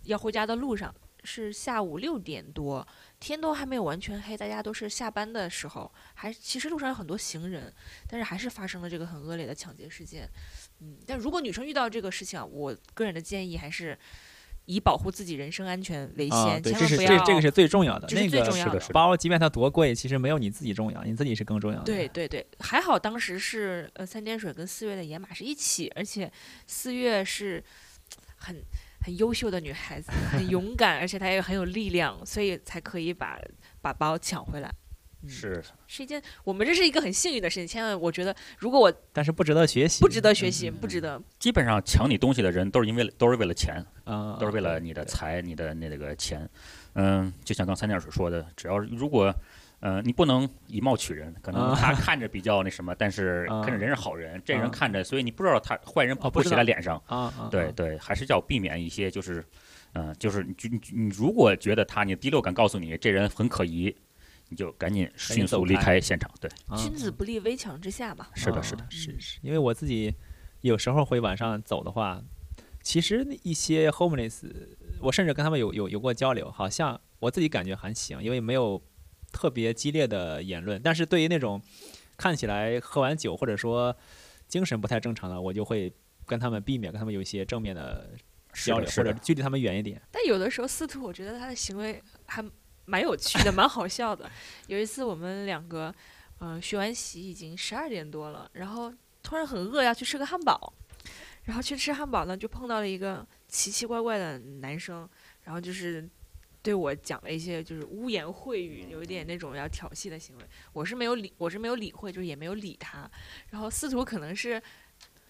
[SPEAKER 3] 要回家的路上是下午六点多，天都还没有完全黑，大家都是下班的时候，还其实路上有很多行人，但是还是发生了这个很恶劣的抢劫事件。嗯，但如果女生遇到这个事情啊，我个人的建议还是以保护自己人身安全为先，
[SPEAKER 2] 啊，对，
[SPEAKER 3] 千
[SPEAKER 2] 这
[SPEAKER 3] 万
[SPEAKER 2] 是
[SPEAKER 3] 不
[SPEAKER 2] 这
[SPEAKER 3] 要
[SPEAKER 2] 是这个是最重要的，
[SPEAKER 3] 这是
[SPEAKER 2] 那
[SPEAKER 3] 最
[SPEAKER 2] 个
[SPEAKER 3] 重要
[SPEAKER 4] 是的
[SPEAKER 3] 的。
[SPEAKER 4] 是的
[SPEAKER 2] 包，即便它多贵，其实没有你自己重要，你自己是更重要的。
[SPEAKER 3] 对，对对，还好当时是呃三点水跟四月的野马是一起，而且四月是很很优秀的女孩子，很勇敢，而且她也很有力量，所以才可以把把包抢回来。嗯
[SPEAKER 4] 是
[SPEAKER 3] 是一件我们这是一个很幸运的事情，千万我觉得如果我
[SPEAKER 2] 但是不值得学习，
[SPEAKER 3] 不值得学习，不值
[SPEAKER 2] 得，
[SPEAKER 3] 得
[SPEAKER 4] 基本上抢你东西的人都是因为都是为了钱，
[SPEAKER 2] 嗯，
[SPEAKER 4] 都是为了你的财、你的那个钱。嗯，就像刚才那水说的，只要是如果呃你不能以貌取人，可能
[SPEAKER 2] 啊 *laughs*
[SPEAKER 4] 他看着比较那什么，但是
[SPEAKER 2] 啊
[SPEAKER 4] 看着人是好人，这
[SPEAKER 2] 啊
[SPEAKER 4] 人看着，所以你不知道他坏人
[SPEAKER 2] 哦不
[SPEAKER 4] 不
[SPEAKER 2] 知
[SPEAKER 4] 写
[SPEAKER 2] 道
[SPEAKER 4] 在脸上。
[SPEAKER 2] 啊啊，
[SPEAKER 4] 对
[SPEAKER 2] 啊
[SPEAKER 4] 对，还是要避免一些就是，嗯，就是你你你如果觉得他你的第六感告诉你这人很可疑，你就赶紧迅
[SPEAKER 2] 走
[SPEAKER 4] 速离
[SPEAKER 2] 开
[SPEAKER 4] 开现场。对，
[SPEAKER 2] 啊
[SPEAKER 3] 君子不立危墙之下嘛。
[SPEAKER 4] 是的，
[SPEAKER 2] 啊
[SPEAKER 4] 是的，
[SPEAKER 2] 是
[SPEAKER 3] 嗯
[SPEAKER 2] 是，因为我自己有时候会晚上走的话，其实那一些 homeless，我甚至跟他们有有有过交流，好像我自己感觉还行，因为没有特别激烈的言论，但是对于那种看起来喝完酒或者说精神不太正常的，我就会跟他们避免跟他们有一些正面的
[SPEAKER 4] 是
[SPEAKER 2] 交
[SPEAKER 4] 的，
[SPEAKER 2] 流，
[SPEAKER 4] 是
[SPEAKER 2] 或者
[SPEAKER 4] 的，
[SPEAKER 2] 距离他们远一点。
[SPEAKER 3] 但有的时候司徒，我觉得他的行为还蛮有趣的，蛮好笑的。有一次我们两个，嗯、学完习已经十二点多了，然后突然很饿，要去吃个汉堡，然后去吃汉堡呢，就碰到了一个奇奇怪怪的男生，然后就是。对我讲了一些就是污言秽语，有一点那种要挑衅的行为，我是没有理，我是没有理会，就是也没有理他。然后司徒可能是，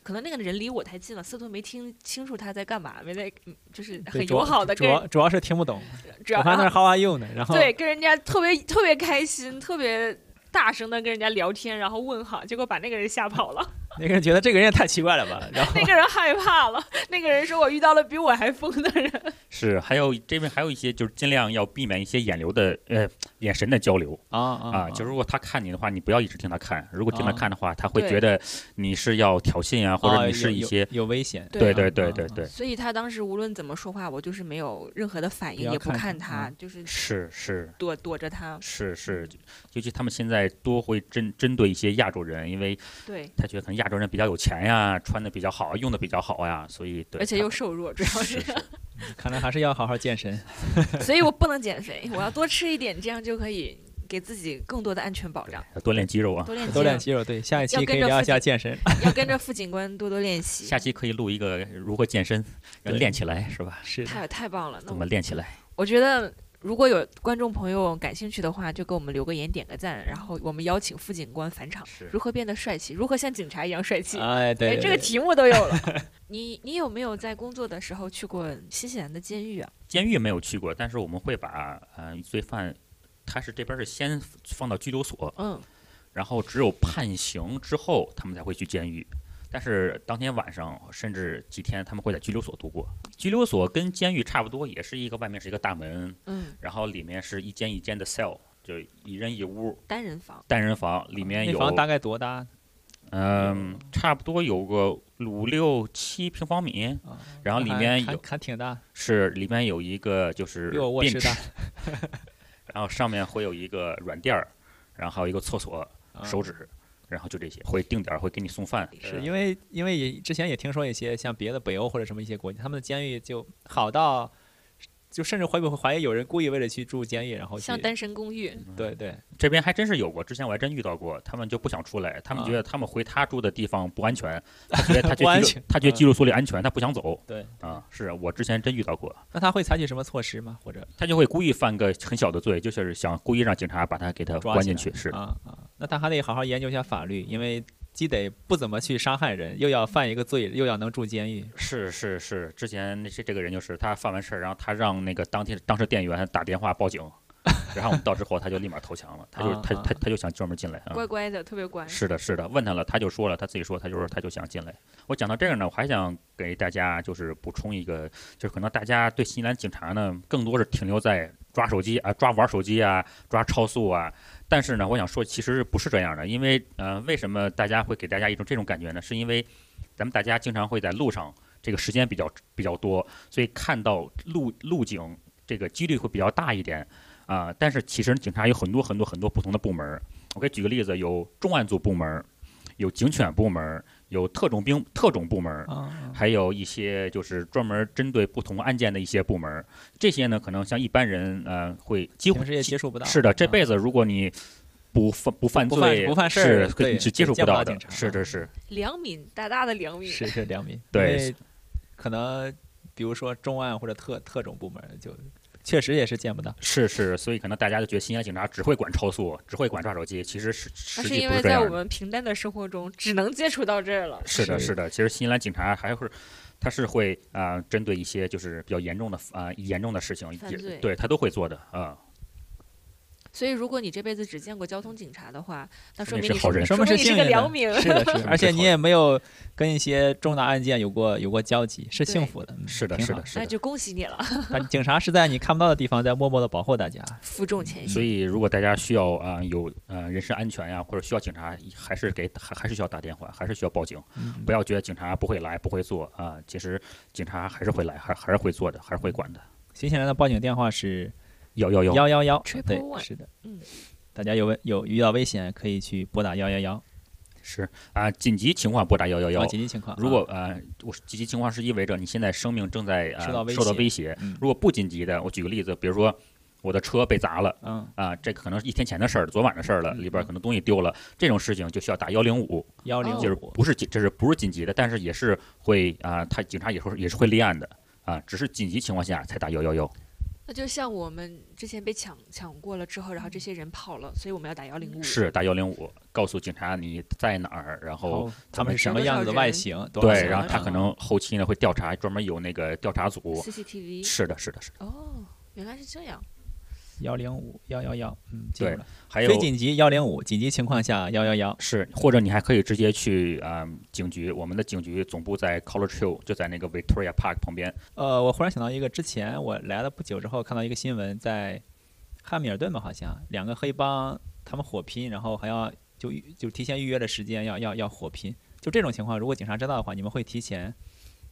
[SPEAKER 3] 可能那个人离我太近了，司徒没听清楚他在干嘛，没在，嗯就是
[SPEAKER 2] 对
[SPEAKER 3] 很
[SPEAKER 2] 主
[SPEAKER 3] 友
[SPEAKER 2] 要
[SPEAKER 3] 好的
[SPEAKER 2] 主
[SPEAKER 3] 跟人
[SPEAKER 2] 要主要是听不懂，
[SPEAKER 3] 主要
[SPEAKER 2] 我看那
[SPEAKER 3] 啊
[SPEAKER 2] 是 How are you 呢，然后
[SPEAKER 3] 对跟人家特别特别开心，特别大声的跟人家聊天，然后问好，结果把那个人吓跑了。 *laughs*
[SPEAKER 2] 那个人觉得这个人也太奇怪了吧，然后
[SPEAKER 3] 那个人害怕了，那个人说我遇到了比我还疯的人。
[SPEAKER 4] 是还有这边还有一些就是尽量要避免一些眼流的呃眼神的交流
[SPEAKER 2] 啊啊
[SPEAKER 4] *laughs* 啊，就如果他看你的话，你不要一直盯他看，如果盯他
[SPEAKER 2] 啊
[SPEAKER 4] 看的话，他会
[SPEAKER 3] 对
[SPEAKER 4] 觉得你是要挑衅啊，或
[SPEAKER 2] 啊
[SPEAKER 4] 者你
[SPEAKER 2] 有
[SPEAKER 4] 是一
[SPEAKER 2] 有
[SPEAKER 4] 些
[SPEAKER 2] 有危险，
[SPEAKER 3] 对
[SPEAKER 4] 对
[SPEAKER 3] 啊
[SPEAKER 4] 对对
[SPEAKER 2] 啊
[SPEAKER 4] 对
[SPEAKER 2] 啊
[SPEAKER 4] 对，
[SPEAKER 3] 所以他当时无论怎么说话，我就是没有任何的反
[SPEAKER 2] 不
[SPEAKER 3] 应，
[SPEAKER 2] 要
[SPEAKER 3] 也不
[SPEAKER 2] 看
[SPEAKER 3] 看
[SPEAKER 2] 他嗯
[SPEAKER 3] 他，就是
[SPEAKER 4] 是是。
[SPEAKER 3] 躲躲着他。
[SPEAKER 4] 是是
[SPEAKER 3] 嗯，
[SPEAKER 4] 尤其他们现在多会针针对一些亚洲人，因为
[SPEAKER 3] 对，
[SPEAKER 4] 他觉得可能亚洲人比较有钱呀，穿的比较好，用的比较好呀，所以对，
[SPEAKER 3] 而且
[SPEAKER 4] 他
[SPEAKER 3] 又瘦弱，主要是。
[SPEAKER 4] 是是
[SPEAKER 2] 看来还是 *laughs* 要好好健
[SPEAKER 3] *laughs*
[SPEAKER 2] 身。
[SPEAKER 3] 所以我不能减肥，我要多吃一点，这样就可以给自己更多的安全保障。
[SPEAKER 4] 要锻炼肌肉啊。
[SPEAKER 3] 多练
[SPEAKER 2] 多练
[SPEAKER 3] 肌
[SPEAKER 2] 肌肉，对，下一期
[SPEAKER 3] 要
[SPEAKER 2] 可
[SPEAKER 3] 跟
[SPEAKER 2] 以
[SPEAKER 3] 着
[SPEAKER 2] 聊一
[SPEAKER 3] 父
[SPEAKER 2] 下
[SPEAKER 3] 亲
[SPEAKER 2] 健身。
[SPEAKER 3] 肉，要跟着副警官多多练习。
[SPEAKER 4] 下期可以录一个如何健身，
[SPEAKER 2] 对
[SPEAKER 4] 练起来是吧？
[SPEAKER 2] 是的，
[SPEAKER 3] 太太棒了，那
[SPEAKER 4] 怎
[SPEAKER 3] 我
[SPEAKER 4] 么练起来？
[SPEAKER 3] 我觉得如果有观众朋友感兴趣的话，就给我们留个言，点个赞，然后我们邀请副警官返场，
[SPEAKER 4] 是
[SPEAKER 3] 如何变得帅气，如何像警察一样帅气。
[SPEAKER 2] 哎，对，
[SPEAKER 3] 哎，
[SPEAKER 2] 对
[SPEAKER 3] 这个
[SPEAKER 2] 对
[SPEAKER 3] 题目都有了。 *laughs* 你你有没有在工作的时候去过新西兰的监狱啊？
[SPEAKER 4] 监狱没有去过，但是我们会把呃罪犯，他是这边是先放到拘留所，
[SPEAKER 3] 嗯，
[SPEAKER 4] 然后只有判刑之后他们才会去监狱。但是当天晚上甚至几天他们会在拘留所度过。拘留所跟监狱差不多，也是一个外面是一个大门，
[SPEAKER 3] 嗯，
[SPEAKER 4] 然后里面是一间一间的 cell，就一人一屋，
[SPEAKER 3] 单人房，
[SPEAKER 4] 单人房，里面
[SPEAKER 2] 那
[SPEAKER 4] 有
[SPEAKER 2] 房大概多大？
[SPEAKER 4] 嗯，差不多有个五六七平方米，
[SPEAKER 2] 啊
[SPEAKER 4] 然后里
[SPEAKER 2] 还
[SPEAKER 4] 面
[SPEAKER 2] 还
[SPEAKER 4] 有啊
[SPEAKER 2] 还挺大，
[SPEAKER 4] 是里面有一个就是
[SPEAKER 2] 比我卧室
[SPEAKER 4] bench，
[SPEAKER 2] 大。
[SPEAKER 4] *laughs* 然后上面会有一个软垫儿，然后还有一个厕所、
[SPEAKER 2] 啊
[SPEAKER 4] 手指，然后就这些，会定点儿会给你送饭，
[SPEAKER 2] 是
[SPEAKER 4] 为
[SPEAKER 2] 因为因为也之前也听说一些像别的北欧或者什么一些国家，他们的监狱就好到，就甚至会不会怀疑有人故意为了去住监狱，然后去
[SPEAKER 3] 像单身公寓。
[SPEAKER 2] 对对
[SPEAKER 4] 这边还真是有过，之前我还真遇到过，他们就不想出来，他们
[SPEAKER 2] 啊
[SPEAKER 4] 觉得他们回他住的地方不安全，他觉
[SPEAKER 2] *laughs*
[SPEAKER 4] 得他
[SPEAKER 2] 不
[SPEAKER 4] 觉
[SPEAKER 2] 安
[SPEAKER 4] 得
[SPEAKER 2] 全嗯
[SPEAKER 4] 居留他觉得居留所里安全，他不想走
[SPEAKER 2] 对。
[SPEAKER 4] 啊，是我之前真遇到过，
[SPEAKER 2] 那他会采取什么措施吗？或者
[SPEAKER 4] 他就会故意犯个很小的罪，就是想故意让警察把他给他
[SPEAKER 2] 抓
[SPEAKER 4] 关
[SPEAKER 2] 起
[SPEAKER 4] 进
[SPEAKER 2] 来
[SPEAKER 4] 去，是
[SPEAKER 2] 啊啊，那他还得好好研究一下法律，因为既得不怎么去伤害人，又要犯一个罪，又要能住监狱。
[SPEAKER 4] 是是是，之前那这这个人就是他犯完事儿，然后他让那个当天当时店员打电话报
[SPEAKER 2] *laughs*
[SPEAKER 4] 警，然后我们到之后他就立马投降了，他就
[SPEAKER 2] 啊
[SPEAKER 4] 他
[SPEAKER 2] 啊
[SPEAKER 4] 他他就想专门进来啊。
[SPEAKER 3] 乖乖的，特别乖。
[SPEAKER 4] 是的，是的，问他了，他就说了，他自己说，他就说他就想进来。我讲到这个呢，我还想给大家就是补充一个，就是可能大家对新西兰警察呢，更多是停留在抓手机啊、抓玩手机啊、抓超速啊。但是呢，我想说，其实不是这样的，因为呃，为什么大家会给大家一种这种感觉呢？是因为咱们大家经常会在路上，这个时间比较比较多，所以看到路路景这个几率会比较大一点啊、但是其实警察有很多很多很多不同的部门儿，我给举个例子，有重案组部门儿，有警犬部门儿，有特种兵特种部门儿，
[SPEAKER 2] 啊，
[SPEAKER 4] 还有一些就是专门针对不同案件的一些部门儿，这些呢，可能像一般人呃会几乎
[SPEAKER 2] 平时也接触不到。啊
[SPEAKER 4] 是的，这辈
[SPEAKER 2] 子
[SPEAKER 4] 子如果你不犯不犯
[SPEAKER 2] 不犯
[SPEAKER 4] 罪
[SPEAKER 2] 不犯事儿
[SPEAKER 4] 是
[SPEAKER 2] 对
[SPEAKER 4] 你是接触
[SPEAKER 2] 见不
[SPEAKER 4] 到
[SPEAKER 2] 到
[SPEAKER 4] 的
[SPEAKER 2] 警，察啊
[SPEAKER 4] 是是是，
[SPEAKER 3] 良民，大大的良民。
[SPEAKER 2] 是是良 *laughs* 民，
[SPEAKER 4] 对
[SPEAKER 2] 因为可能比如说重案或者特特种部门就确实也是见不 *laughs* 到。
[SPEAKER 4] 是是，所以可能大家就觉得新西兰警察只会管超速，只会管抓手机，其实是
[SPEAKER 3] 那
[SPEAKER 4] 实
[SPEAKER 3] 啊是
[SPEAKER 4] 际
[SPEAKER 3] 因
[SPEAKER 4] 不
[SPEAKER 3] 为
[SPEAKER 4] 这
[SPEAKER 3] 在
[SPEAKER 4] 样
[SPEAKER 3] 我
[SPEAKER 4] 的。
[SPEAKER 3] 们平淡的生活中，只能接触到这儿了。
[SPEAKER 4] 是的，
[SPEAKER 2] 是
[SPEAKER 4] 是的，其实新西兰警察还会，他是会啊、呃针对一些就是比较严重的啊、呃严重的事情，
[SPEAKER 3] 犯
[SPEAKER 4] 也
[SPEAKER 3] 罪
[SPEAKER 4] 对他都会做的啊、
[SPEAKER 3] 所以，如果你这辈子只见过交通警察的话，那说
[SPEAKER 4] 说
[SPEAKER 3] 明
[SPEAKER 4] 明是
[SPEAKER 3] 你
[SPEAKER 4] 好人
[SPEAKER 3] 说
[SPEAKER 2] 说明是
[SPEAKER 3] 明你
[SPEAKER 2] 幸
[SPEAKER 3] 个
[SPEAKER 2] 运的
[SPEAKER 3] 良民。 *laughs*
[SPEAKER 2] 是的，是的，而且
[SPEAKER 4] 最
[SPEAKER 2] 你
[SPEAKER 4] 好
[SPEAKER 2] 也没有跟一些重大案件有过有过交集，是幸福的。嗯
[SPEAKER 4] 是的，
[SPEAKER 2] 挺
[SPEAKER 4] 是
[SPEAKER 2] 好
[SPEAKER 4] 的，是
[SPEAKER 3] 那
[SPEAKER 4] 的。
[SPEAKER 3] 就恭喜你了，
[SPEAKER 2] 但警察是在你看不到的地方，在默默的保护大家。
[SPEAKER 3] 负重前
[SPEAKER 4] 所
[SPEAKER 3] 行。
[SPEAKER 4] 以，如果大家需要啊、呃有呃人身安全呀，或者需要警察，还是给还还是需要打电话，还是需要报警。
[SPEAKER 2] 嗯
[SPEAKER 4] 不要觉得警察不会来，不会做啊、其实警察还是会来，还还是会做的，还是会管的。
[SPEAKER 2] 新西兰的报警电话是
[SPEAKER 4] 要要要，
[SPEAKER 2] 幺幺幺
[SPEAKER 3] Triple，
[SPEAKER 2] *laughs* 对，
[SPEAKER 3] one
[SPEAKER 2] 是的，
[SPEAKER 3] 嗯，
[SPEAKER 2] 大家有问有遇到危险可以去拨打幺幺幺，
[SPEAKER 4] 是啊、紧急情况拨打幺幺
[SPEAKER 2] 然
[SPEAKER 4] 幺
[SPEAKER 2] 后。紧急情况。
[SPEAKER 4] 如果
[SPEAKER 2] 啊
[SPEAKER 4] 呃，我紧急情况是意味着你现在生命正在
[SPEAKER 2] 受到
[SPEAKER 4] 呃
[SPEAKER 2] 威
[SPEAKER 4] 受到
[SPEAKER 2] 胁
[SPEAKER 4] 威胁。
[SPEAKER 2] 嗯
[SPEAKER 4] 如果不紧急的，我举个例子，比如说我的车被砸了
[SPEAKER 2] 嗯
[SPEAKER 4] 啊、这可能是一天前的事儿，昨晚的事儿了，
[SPEAKER 2] 嗯
[SPEAKER 4] 里边
[SPEAKER 2] 嗯
[SPEAKER 4] 儿
[SPEAKER 2] 哦
[SPEAKER 4] 可能东西丢了，这种事情就需要打幺零五，
[SPEAKER 2] 幺零
[SPEAKER 4] 就是
[SPEAKER 2] 五，
[SPEAKER 4] 不是紧，这是不是紧急的，但是也是会啊，他、警察也会也是会立案的啊、只是紧急情况下才打幺幺幺。
[SPEAKER 3] 那就像我们之前被抢抢过了之后，然后这些人跑了，所以我们要打幺零
[SPEAKER 2] 嗯
[SPEAKER 3] 五。
[SPEAKER 4] 是打幺零五，告诉警察你在哪儿，然后
[SPEAKER 2] 哦他们是什
[SPEAKER 3] 咱
[SPEAKER 2] 么
[SPEAKER 3] 们
[SPEAKER 2] 样子的
[SPEAKER 3] 多少
[SPEAKER 2] 外
[SPEAKER 3] 人
[SPEAKER 2] 形？多少
[SPEAKER 4] 对，
[SPEAKER 2] 钱
[SPEAKER 4] 然后他
[SPEAKER 2] 嗯
[SPEAKER 4] 可能后期呢会调查，专门有那个调查组。
[SPEAKER 3] CCTV。
[SPEAKER 4] 是的，是的，是的。
[SPEAKER 3] 哦，原来是这样。
[SPEAKER 2] 幺零五幺幺幺，嗯，记住
[SPEAKER 4] 对
[SPEAKER 2] 了。
[SPEAKER 4] 还有
[SPEAKER 2] 非紧急幺零五，紧急情况下幺幺幺。
[SPEAKER 4] 是，或者你还可以直接去啊、呃警局，我们的警局总部在 College Hill，就在那个 Victoria Park 旁边。
[SPEAKER 2] 呃，我忽然想到一个，之前我来了不久之后看到一个新闻，在汉密尔顿吧，好像两个黑帮他们火拼，然后还要就预就提前预约了时间要要要火拼。就这种情况，如果警察知道的话，你们会提前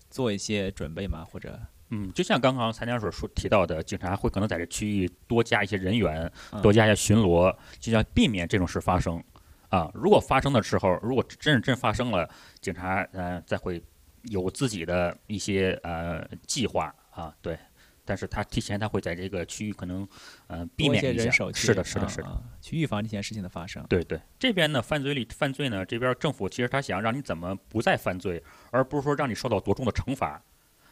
[SPEAKER 2] 做一些准备吗？或者
[SPEAKER 4] 嗯，就像刚刚参加所说提到的，警察会可能在这区域多加一些人员，
[SPEAKER 2] 嗯
[SPEAKER 4] 多加一些巡逻，就要避免这种事发生。啊，如果发生的时候，如果真真发生了，警察呃再会有自己的一些呃计划啊，对。但是他提前他会在这个区域可能呃避
[SPEAKER 2] 多一
[SPEAKER 4] 免
[SPEAKER 2] 些
[SPEAKER 4] 下
[SPEAKER 2] 人手去
[SPEAKER 4] 是的，是的，
[SPEAKER 2] 嗯
[SPEAKER 4] 是的。
[SPEAKER 2] 嗯去预防这件事情的发生。
[SPEAKER 4] 对对，这边呢，犯罪率犯罪呢，这边政府其实他想让你怎么不再犯罪，而不是说让你受到多重的惩罚，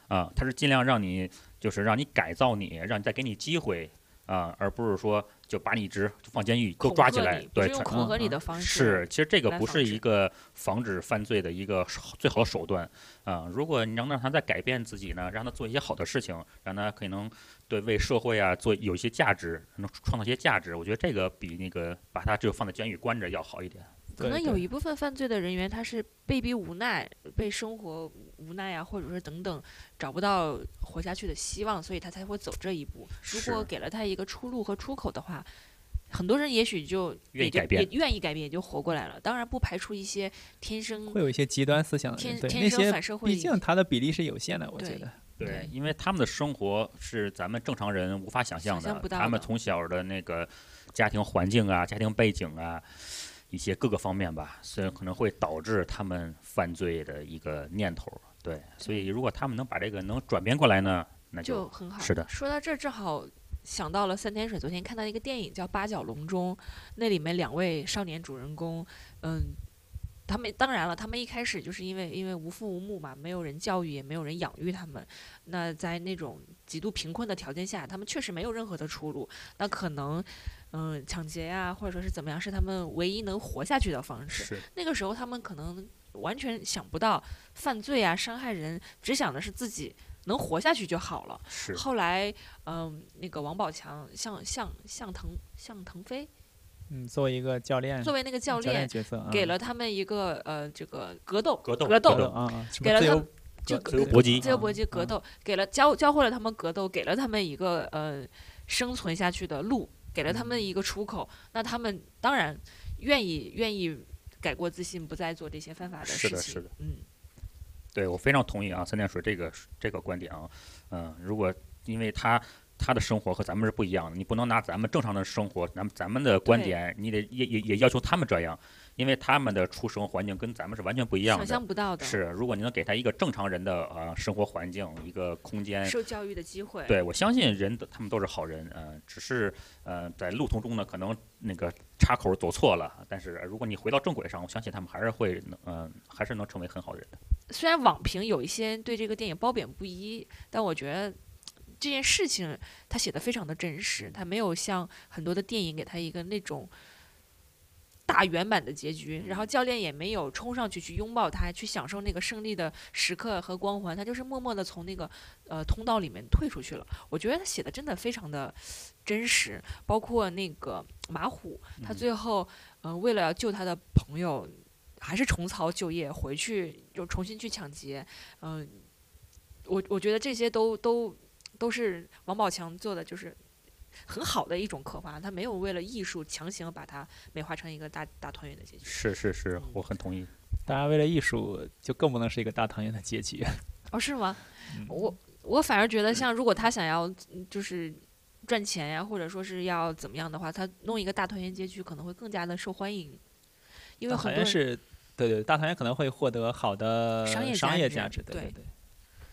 [SPEAKER 4] 啊、他是尽量让你就是让你改造你，让你再给你机会啊、而不是说就把你一直就放监狱都
[SPEAKER 3] 恐
[SPEAKER 4] 抓起
[SPEAKER 3] 吓
[SPEAKER 4] 来
[SPEAKER 3] 你，不
[SPEAKER 4] 对
[SPEAKER 3] 是，用
[SPEAKER 4] 全
[SPEAKER 3] 恐吓你
[SPEAKER 2] 嗯
[SPEAKER 3] 的方式。
[SPEAKER 4] 是，其实这个
[SPEAKER 3] 来
[SPEAKER 4] 不
[SPEAKER 3] 防
[SPEAKER 4] 是
[SPEAKER 3] 止
[SPEAKER 4] 一个防止犯罪的一个手最好的手段啊、如果你能让他再改变自己呢，让他做一些好的事情，让他可能对为社会啊做有一些价值，能创造一些价值，我觉得这个比那个把他只有放在监狱关着要好一点。
[SPEAKER 2] 对
[SPEAKER 3] 可能有
[SPEAKER 2] 对
[SPEAKER 3] 一部分犯罪的人员，他是被逼无奈，被生活无奈啊，或者说等等，找不到活下去的希望，所以他才会走这一步。如果
[SPEAKER 4] 是
[SPEAKER 3] 给了他一个出路和出口的话，很多人也许就
[SPEAKER 4] 愿
[SPEAKER 3] 也
[SPEAKER 4] 意
[SPEAKER 3] 就
[SPEAKER 4] 改变
[SPEAKER 3] 也愿意改变，也就活过来了。当然，不排除一些天生
[SPEAKER 2] 会有一些极端思想的
[SPEAKER 3] 天
[SPEAKER 2] 人，对
[SPEAKER 3] 天
[SPEAKER 2] 那
[SPEAKER 3] 生
[SPEAKER 2] 些
[SPEAKER 3] 反社会
[SPEAKER 2] 毕竟他的比例是有限的，我觉
[SPEAKER 3] 对
[SPEAKER 2] 得。
[SPEAKER 4] 对
[SPEAKER 3] 对，
[SPEAKER 4] 因为他们的生活是咱们正常人无法想象的，
[SPEAKER 3] 想象不到
[SPEAKER 4] 他
[SPEAKER 3] 的
[SPEAKER 4] 们从小的那个家庭环境啊、家庭背景啊，一些各个方面吧，所以可能会导致他们犯罪的一个念头。对，所以如果他们能把这个能转变过来呢，那
[SPEAKER 3] 就很好。
[SPEAKER 4] 是的
[SPEAKER 3] 说到这儿，正好想到了三点水。昨天看到一个电影叫《八角笼中》，那里面两位少年主人公，嗯，他们当然了，他们一开始就是因为因为无父无母嘛，没有人教育，也没有人养育他们。那在那种极度贫困的条件下，他们确实没有任何的出路。那可能。嗯，抢劫呀、或者说是怎么样，是他们唯一能活下去的方式。
[SPEAKER 4] 是
[SPEAKER 3] 那个时候他们可能完全想不到犯罪啊、伤害人，只想的是自己能活下去就好了。
[SPEAKER 4] 是
[SPEAKER 3] 后来，嗯、那个王宝强向向向腾向腾飞
[SPEAKER 2] 嗯，作为一个教练，
[SPEAKER 3] 作为那个教
[SPEAKER 2] 练
[SPEAKER 3] 练，
[SPEAKER 2] 角色，
[SPEAKER 3] 给
[SPEAKER 2] 嗯
[SPEAKER 3] 了他们一个呃这个格斗
[SPEAKER 4] 格斗
[SPEAKER 3] 格
[SPEAKER 2] *laughs* 格斗啊啊，什么
[SPEAKER 3] 给了
[SPEAKER 2] 自
[SPEAKER 3] 他
[SPEAKER 2] 由
[SPEAKER 3] 就
[SPEAKER 2] 格
[SPEAKER 3] 自由
[SPEAKER 4] 搏击嗯
[SPEAKER 3] 自由搏击
[SPEAKER 2] 嗯
[SPEAKER 3] 格，斗，给了教教会了他们格斗，给了他们一个呃生存下去的路，给了他
[SPEAKER 4] 嗯
[SPEAKER 3] 们一个出口。那他们当然愿意愿意改过自新，不再做这些犯法
[SPEAKER 4] 是
[SPEAKER 3] 事
[SPEAKER 4] 的
[SPEAKER 3] 情。
[SPEAKER 4] 是的
[SPEAKER 3] 嗯，
[SPEAKER 4] 对我非常同意啊，三点水这个这个观点啊，嗯、如果因为他他的生活和咱们是不一样的，你不能拿咱们正常的生活，咱们咱们的观
[SPEAKER 3] 对
[SPEAKER 4] 点，你得也也也要求他们这样，因为他们的出生环境跟咱们是完全不一样
[SPEAKER 3] 想
[SPEAKER 4] 的。
[SPEAKER 3] 象不到的，
[SPEAKER 4] 是，如果你能给他一个正常人的啊、呃生活环境，一个空间，
[SPEAKER 3] 受教育的机会，
[SPEAKER 4] 对，我相信人的他们都是好人，呃，只是呃在路途中呢，可能那个岔口走错了，但是如果你回到正轨上，我相信他们还是会能，呃，还是能成为很好的人的。
[SPEAKER 3] 虽然网评有一些对这个电影褒贬不一，但我觉得这件事情他写的非常的真实，他没有像很多的电影给他一个那种大圆满的结局，然后教练也没有冲上去去拥抱他，去享受那个胜利的时刻和光环，他就是默默的从那个呃通道里面退出去了。我觉得他写的真的非常的真实，包括那个马虎，他
[SPEAKER 4] 嗯
[SPEAKER 3] 最后嗯、呃为了要救他的朋友，还是重操旧业，回去又重新去抢劫。嗯、我我觉得这些都都都是王宝强做的，就是很好的一种刻画，他没有为了艺术强行把它美化成一个大大团圆的结局。
[SPEAKER 4] 是是是，
[SPEAKER 3] 嗯
[SPEAKER 4] 我很同意。
[SPEAKER 2] 当然，为了艺术，就更不能是一个大团圆的结局。
[SPEAKER 3] 哦，是吗？
[SPEAKER 2] 嗯
[SPEAKER 3] 我我反而觉得，像如果他想要嗯就是赚钱呀，或者说是要怎么样的话，他弄一个大团圆结局可能会更加的受欢迎，因为
[SPEAKER 2] 但
[SPEAKER 3] 很
[SPEAKER 2] 好像
[SPEAKER 3] 多人
[SPEAKER 2] 是，对对，大团圆可能会获得好的
[SPEAKER 3] 商业
[SPEAKER 2] 商
[SPEAKER 3] 价
[SPEAKER 2] 业
[SPEAKER 3] 值
[SPEAKER 2] 价值，对
[SPEAKER 3] 对
[SPEAKER 2] 对。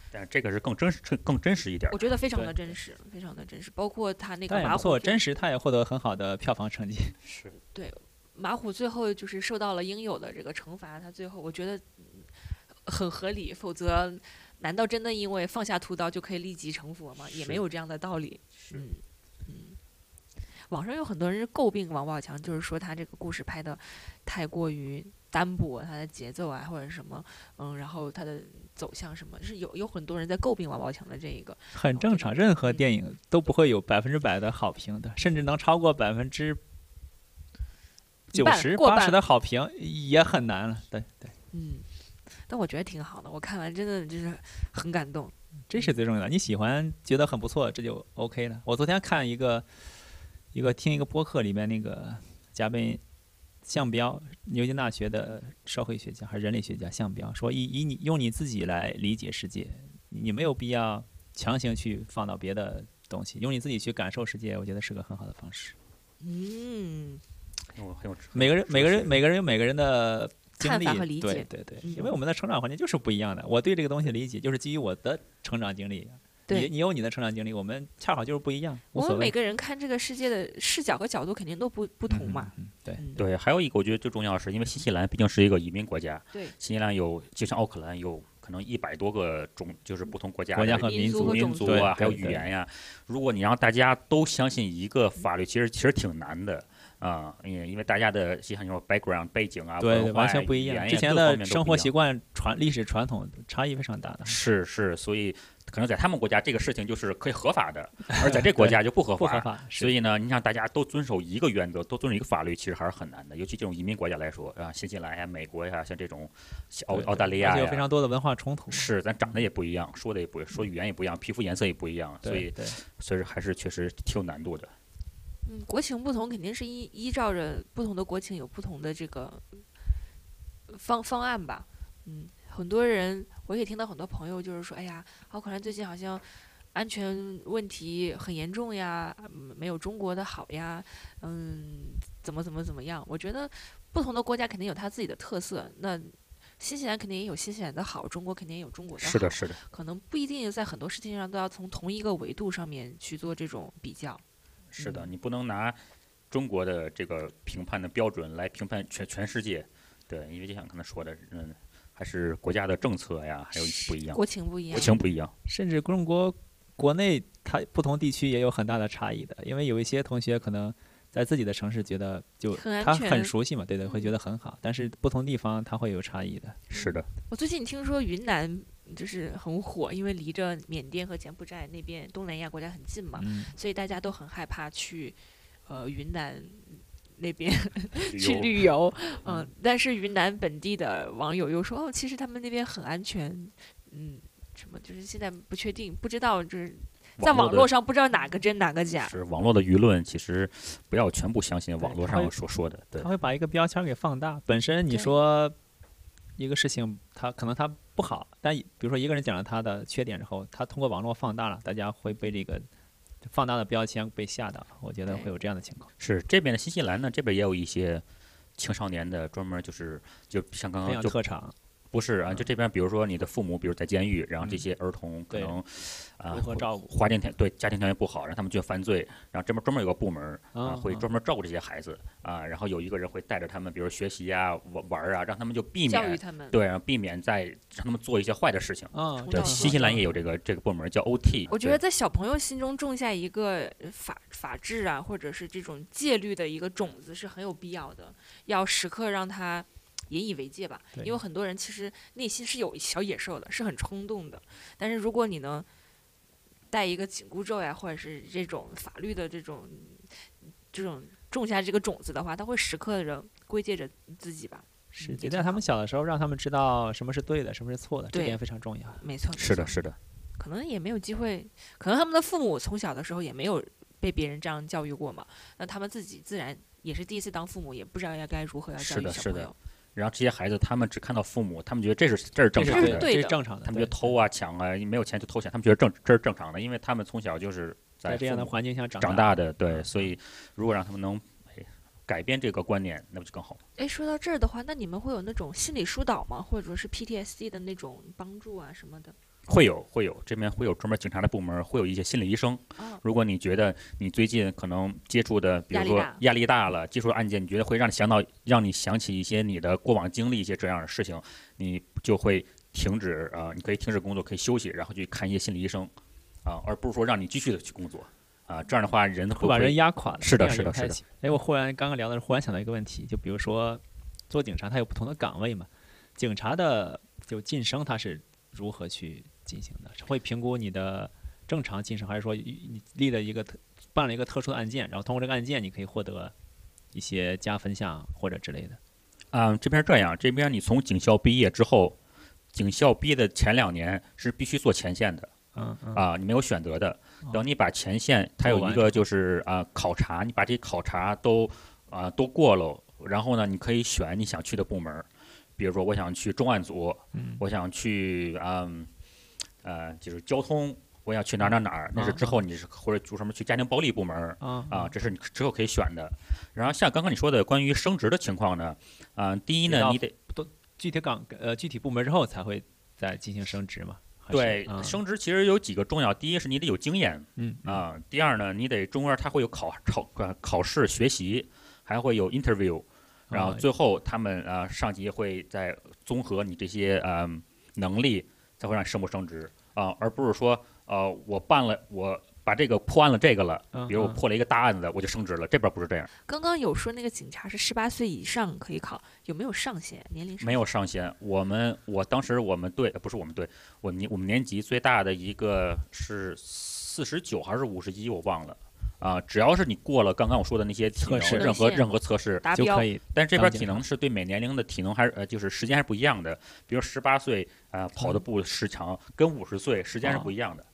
[SPEAKER 4] 但是这个是更真实、更真实一点儿
[SPEAKER 3] 我。觉得非常的
[SPEAKER 2] 对
[SPEAKER 3] 真实，非常的真实，包括他那个
[SPEAKER 2] 但也
[SPEAKER 3] 马
[SPEAKER 2] 不
[SPEAKER 3] 虎
[SPEAKER 2] 错，
[SPEAKER 3] 最
[SPEAKER 2] 真实他也获得很好的票房成绩。
[SPEAKER 4] 是，
[SPEAKER 3] 马虎最后就是受到了应有的这个惩罚，他最后我觉得嗯很合理，否则难道真的因为放下屠刀就可以立即成佛吗？也
[SPEAKER 4] 是
[SPEAKER 3] 没有这样的道理。
[SPEAKER 4] 是
[SPEAKER 3] 嗯嗯，网上有很多人诟病王宝强，就是说他这个故事拍的太过于单薄，他的节奏啊或者什么，嗯，然后他的走向什么，是有有很多人在诟病王宝强的这一个。
[SPEAKER 2] 很正
[SPEAKER 3] 嗯
[SPEAKER 2] 常，任何电影都不会有百分之百的好评的，甚至能超过百分之
[SPEAKER 3] 一
[SPEAKER 2] 九
[SPEAKER 3] 半
[SPEAKER 2] 十、
[SPEAKER 3] 过
[SPEAKER 2] 八
[SPEAKER 3] 半
[SPEAKER 2] 十的好评也很难了。对对，
[SPEAKER 3] 嗯，但我觉得挺好的，我看完真的就是很感动。
[SPEAKER 2] 这是最重要的。你喜欢，觉得很不错，这就 OK 了。我昨天看一个一个听一个播客，里面那个嘉宾项彪，牛津大学的社会学家还是人类学家项彪说以：“以你用你自己来理解世界，你没有必要强行去放到别的东西，用你自己去感受世界，我觉得是个很好的方式。”
[SPEAKER 3] 嗯，
[SPEAKER 4] 我很有
[SPEAKER 2] 每个人，每个人，
[SPEAKER 4] 是
[SPEAKER 2] 每个人有每个人的经
[SPEAKER 3] 看
[SPEAKER 2] 历
[SPEAKER 3] 法和理
[SPEAKER 2] 对
[SPEAKER 3] 解
[SPEAKER 2] 对对，
[SPEAKER 3] 嗯
[SPEAKER 2] 因为我们的成长环境就是不一样的。我对这个东西理解就是基于我的成长经历，啊
[SPEAKER 3] 对
[SPEAKER 2] 你，你有你的成长经历，我们恰好就是不一样，无
[SPEAKER 3] 我
[SPEAKER 2] 所
[SPEAKER 3] 们每
[SPEAKER 2] 谓。
[SPEAKER 3] 个人看这个世界的视角和角度肯定都不不同嘛。
[SPEAKER 2] 嗯，嗯嗯对，
[SPEAKER 3] 嗯，
[SPEAKER 4] 对，还有一个我觉得最重要的是，因为新西兰毕竟是一个移民国家，
[SPEAKER 3] 对
[SPEAKER 4] 新西兰有就像奥克兰有可能一百多个种，就是不同国家
[SPEAKER 2] 国家
[SPEAKER 4] 的
[SPEAKER 2] 和
[SPEAKER 3] 民
[SPEAKER 2] 民
[SPEAKER 3] 族和
[SPEAKER 4] 民
[SPEAKER 3] 种
[SPEAKER 4] 族
[SPEAKER 2] 对
[SPEAKER 4] 啊，还有
[SPEAKER 2] 对
[SPEAKER 4] 语
[SPEAKER 2] 对
[SPEAKER 4] 言呀、如果你让大家都相信一个法律，其实其实挺难的啊，因因为大家的像你说 background 背景啊，
[SPEAKER 2] 对
[SPEAKER 4] 文
[SPEAKER 2] 对，
[SPEAKER 4] 化
[SPEAKER 2] 完
[SPEAKER 4] 呀
[SPEAKER 2] 全不
[SPEAKER 4] 语
[SPEAKER 2] 一
[SPEAKER 4] 言
[SPEAKER 2] 样。
[SPEAKER 4] 呀
[SPEAKER 2] 之前
[SPEAKER 4] 各方
[SPEAKER 2] 的
[SPEAKER 4] 面都
[SPEAKER 2] 生
[SPEAKER 4] 不
[SPEAKER 2] 活
[SPEAKER 4] 一
[SPEAKER 2] 习
[SPEAKER 4] 样
[SPEAKER 2] 惯、传历史传统差异非常大的，
[SPEAKER 4] 是是，所以可能在他们国家这个事情就是可以合法 *laughs* 的，而在这国
[SPEAKER 2] 对
[SPEAKER 4] 家就不合
[SPEAKER 2] 不合
[SPEAKER 4] 法。
[SPEAKER 2] 法。
[SPEAKER 4] 所
[SPEAKER 2] 是
[SPEAKER 4] 以呢，你让大家都遵守一个原则，都遵守一个法律，其实还是很难的。尤其这种移民国家来说，啊，新西兰呀、美国呀，像这种像
[SPEAKER 2] 对
[SPEAKER 4] 澳
[SPEAKER 2] 对
[SPEAKER 4] 澳大利
[SPEAKER 2] 而
[SPEAKER 4] 亚
[SPEAKER 2] 且有非
[SPEAKER 4] 呀，
[SPEAKER 2] 常多的文化冲突。
[SPEAKER 4] 是咱长得也不一样，说的也不说语言也不一样，皮肤颜色也不一样，所
[SPEAKER 2] 对
[SPEAKER 4] 以
[SPEAKER 2] 对，
[SPEAKER 4] 所以还是确实挺有难度的。
[SPEAKER 3] 嗯，国情不同，肯定是依依照着不同的国情有不同的这个方方案吧。嗯，很多人我也听到很多朋友就是说，哎呀，奥克兰最近好像安全问题很严重呀，嗯没有中国的好呀，嗯，怎么怎么怎么样？我觉得不同的国家肯定有它自己的特色，那新西兰肯定也有新西兰的好，中国肯定也有中国的好。
[SPEAKER 4] 是的，是的，
[SPEAKER 3] 可能不一定在很多事情上都要从同一个维度上面去做这种比较。
[SPEAKER 4] 是的，
[SPEAKER 3] 嗯
[SPEAKER 4] 你不能拿中国的这个评判的标准来评判全全世界，对，因为就像刚才说的，嗯，还是国家的政策呀，还有一些不一样，
[SPEAKER 3] 国情不一样
[SPEAKER 4] 国，情不一样，
[SPEAKER 2] 甚至中国国内它不同地区也有很大的差异的，因为有一些同学可能在自己的城市觉得就
[SPEAKER 3] 很安
[SPEAKER 2] 他
[SPEAKER 3] 全嗯
[SPEAKER 2] 很熟悉嘛，对对，会觉得很好，但是不同地方它会有差异的。
[SPEAKER 4] 是的，
[SPEAKER 3] 我最近听说云南就是很火，因为离着缅甸和柬埔寨那边东南亚国家很近嘛，
[SPEAKER 2] 嗯，
[SPEAKER 3] 所以大家都很害怕去呃云南那边
[SPEAKER 4] 旅
[SPEAKER 3] 去
[SPEAKER 4] 游
[SPEAKER 3] 旅
[SPEAKER 4] *laughs*
[SPEAKER 3] 游。嗯、但是云南本地的网友又说，哦，其实他们那边很安全，嗯，什么就是现在不确定，不知道就是在网
[SPEAKER 4] 的
[SPEAKER 3] 络上不知道哪个真哪个假。
[SPEAKER 4] 是网络的舆论，其实不要全部相信网
[SPEAKER 2] 对
[SPEAKER 4] 络
[SPEAKER 2] 它会
[SPEAKER 4] 上所说的。对
[SPEAKER 2] 他，会把一个标签儿给放大。本身你
[SPEAKER 3] 对
[SPEAKER 2] 说一个事情，它可能它不好，但比如说一个人讲了他的缺点之后，他通过网络放大了，大家会被这个放大的标签被吓到，我觉得
[SPEAKER 3] 对
[SPEAKER 2] 会有这样的情况。
[SPEAKER 4] 是这边的新西兰呢，这边也有一些青少年的专门就是就像刚
[SPEAKER 2] 培养
[SPEAKER 4] 啊刚就
[SPEAKER 2] 特长
[SPEAKER 4] 不是啊，
[SPEAKER 2] 嗯
[SPEAKER 4] 就这边比如说你的父母，比如在监狱，然后这
[SPEAKER 2] 嗯
[SPEAKER 4] 些儿童可
[SPEAKER 2] 对
[SPEAKER 4] 能啊
[SPEAKER 2] 如何
[SPEAKER 4] 会
[SPEAKER 2] 照顾
[SPEAKER 4] 花店条对家庭条件不好，让他们去犯罪，然后专门专门有个部门儿啊，
[SPEAKER 2] 嗯
[SPEAKER 4] 会
[SPEAKER 2] 嗯
[SPEAKER 4] 专门照顾这些孩子啊，然后有一个人会带着他们，比如学习啊、玩玩儿啊，让他们就避
[SPEAKER 3] 教育
[SPEAKER 4] 免
[SPEAKER 3] 他们。
[SPEAKER 4] 对，然后避免在让他们做一些坏的事情。
[SPEAKER 2] 啊，
[SPEAKER 3] 对
[SPEAKER 4] 对，
[SPEAKER 3] 道
[SPEAKER 4] 新西兰也有这个这个部门叫 OT，
[SPEAKER 3] 我觉
[SPEAKER 4] 对
[SPEAKER 3] 得在小朋友心中种下一个呃法法治啊，或者是这种戒律的一个种子是很有必要的，要时刻让他引以为戒吧。
[SPEAKER 2] 对
[SPEAKER 3] 因为很多人其实内心是有小野兽的，是很冲动的。但是如果你能带一个紧箍咒呀，或者是这种法律的这种这种种下这个种子的话，他会时刻的归戒着自己吧。
[SPEAKER 2] 是
[SPEAKER 3] 嗯
[SPEAKER 2] 得
[SPEAKER 3] 也
[SPEAKER 2] 在
[SPEAKER 3] 挺
[SPEAKER 2] 他
[SPEAKER 3] 好
[SPEAKER 2] 们小的时候让他们知道什么是对的，什么是错的，这
[SPEAKER 3] 对
[SPEAKER 2] 点非常重要。
[SPEAKER 3] 没错，没
[SPEAKER 4] 是的，
[SPEAKER 3] 错
[SPEAKER 4] 是的，
[SPEAKER 3] 可能也没有机会，可能他们的父母从小的时候也没有被别人这样教育过嘛，那他们自己自然也是第一次当父母，也不知道要该如何要教
[SPEAKER 4] 是
[SPEAKER 3] 育
[SPEAKER 4] 的
[SPEAKER 3] 小
[SPEAKER 4] 是
[SPEAKER 3] 朋
[SPEAKER 4] 的
[SPEAKER 3] 友。
[SPEAKER 4] 然后这些孩子他们只看到父母，他们觉得这是这是正
[SPEAKER 2] 这
[SPEAKER 4] 常
[SPEAKER 2] 是对，
[SPEAKER 4] 的，
[SPEAKER 2] 这
[SPEAKER 3] 对
[SPEAKER 2] 是
[SPEAKER 3] 的
[SPEAKER 2] 正常的。
[SPEAKER 4] 他们
[SPEAKER 2] 对
[SPEAKER 4] 觉得偷啊、抢啊，没有钱就偷钱，他们觉得正这是正常的，因为他们从小就是
[SPEAKER 2] 在这样
[SPEAKER 4] 父
[SPEAKER 2] 的
[SPEAKER 4] 母
[SPEAKER 2] 环境下长
[SPEAKER 4] 长
[SPEAKER 2] 大，
[SPEAKER 4] 大的，对，所以如果让他们能哎改变这个观念，那不就更好？
[SPEAKER 3] 哎，说到这儿的话，那你们会有那种心理疏导吗？或者说是 PTSD 的那种帮助啊什么的？
[SPEAKER 4] 会有会有，这边会有专门警察的部门，会有一些心理医生。
[SPEAKER 3] 哦，
[SPEAKER 4] 如果你觉得你最近可能接触的，比
[SPEAKER 3] 压
[SPEAKER 4] 如
[SPEAKER 3] 力
[SPEAKER 4] 说
[SPEAKER 3] 大
[SPEAKER 4] 压力大了，接触的案件，你觉得会让你想到，让你想起一些你的过往经历，一些这样的事情，你就会停止啊、呃你可以停止工作，可以休息，然后去看一些心理医生啊、而不是说让你继续的去工作啊、这样的话人
[SPEAKER 2] 会
[SPEAKER 4] 会
[SPEAKER 2] 把人
[SPEAKER 4] 会
[SPEAKER 2] 压垮的。
[SPEAKER 4] 是的
[SPEAKER 2] 这样
[SPEAKER 4] 是
[SPEAKER 2] 也
[SPEAKER 4] 的
[SPEAKER 2] 不太
[SPEAKER 4] 是的
[SPEAKER 2] 行。哎，我忽然刚刚聊的时候，忽然想到一个问题，就比如说做警察，他有不同的岗位嘛，警察的就晋升他是如何去进行的？是会评估你的正常晋升，还是说你立了一个特办了一个特殊的案件，然后通过这个案件你可以获得一些加分项或者之类的？
[SPEAKER 4] 啊、这边是这样，这边你从警校毕业之后，警校毕业的前两年是必须做前线的。
[SPEAKER 2] 嗯嗯
[SPEAKER 4] 啊，你没有选择的。
[SPEAKER 2] 哦
[SPEAKER 4] 等你把前线，它
[SPEAKER 2] 做
[SPEAKER 4] 有
[SPEAKER 2] 完
[SPEAKER 4] 一
[SPEAKER 2] 之后
[SPEAKER 4] 个就是啊考察，你把这考察都啊都过了，然后呢，你可以选你想去的部门儿，比如说我想去重案组，
[SPEAKER 2] 嗯
[SPEAKER 4] 我想去嗯呃就是交通，我想去哪儿哪儿哪儿，那是
[SPEAKER 2] 啊
[SPEAKER 4] 之后你是或者就什么去家庭暴力部门儿，
[SPEAKER 2] 啊
[SPEAKER 4] 啊，这是你之后可以选的。然后像刚刚你说的关于升职的情况呢，啊、第一
[SPEAKER 2] 得
[SPEAKER 4] 呢，
[SPEAKER 2] 到
[SPEAKER 4] 你得
[SPEAKER 2] 具体岗呃具体部门之后才会再进行升职嘛？还是
[SPEAKER 4] 对、
[SPEAKER 2] 嗯
[SPEAKER 4] 升职其实有几个重要，第一是你得有经验，
[SPEAKER 2] 嗯嗯
[SPEAKER 4] 啊，第二呢，你得中间儿它会有考考呃考试学习，还会有 interview，然后
[SPEAKER 2] 啊
[SPEAKER 4] 最后他们啊上级会再综合你这些呃能力，才会让你升不升职啊，而不是说呃我办了我把这个破案了这个了，
[SPEAKER 2] 嗯
[SPEAKER 4] 啊比如我
[SPEAKER 2] 嗯
[SPEAKER 4] 破了一个大案子我就升职了，这边儿不是这样，
[SPEAKER 3] 刚刚有说那个警察是十八岁以上可以考，有没有上限年龄上限？
[SPEAKER 4] 没有上限。我们我当时我们队呃不是我们队，我们年我们年级最大的一个是四十九还是五十一，我忘了。啊，只要是你过了刚刚我说的那些体
[SPEAKER 2] 测
[SPEAKER 4] 能，
[SPEAKER 2] 试
[SPEAKER 4] 任何
[SPEAKER 3] 能力
[SPEAKER 4] 任何测试，
[SPEAKER 3] 达
[SPEAKER 2] 就
[SPEAKER 3] 标
[SPEAKER 2] 可以
[SPEAKER 4] 但是这边
[SPEAKER 2] 当
[SPEAKER 4] 体
[SPEAKER 2] 警察
[SPEAKER 4] 能是对每年龄的体能还是呃就是时间还是不一样的。比如十八岁啊、呃
[SPEAKER 2] 嗯
[SPEAKER 4] 跑的步时长跟五十岁时间
[SPEAKER 2] 啊
[SPEAKER 4] 是不一样的。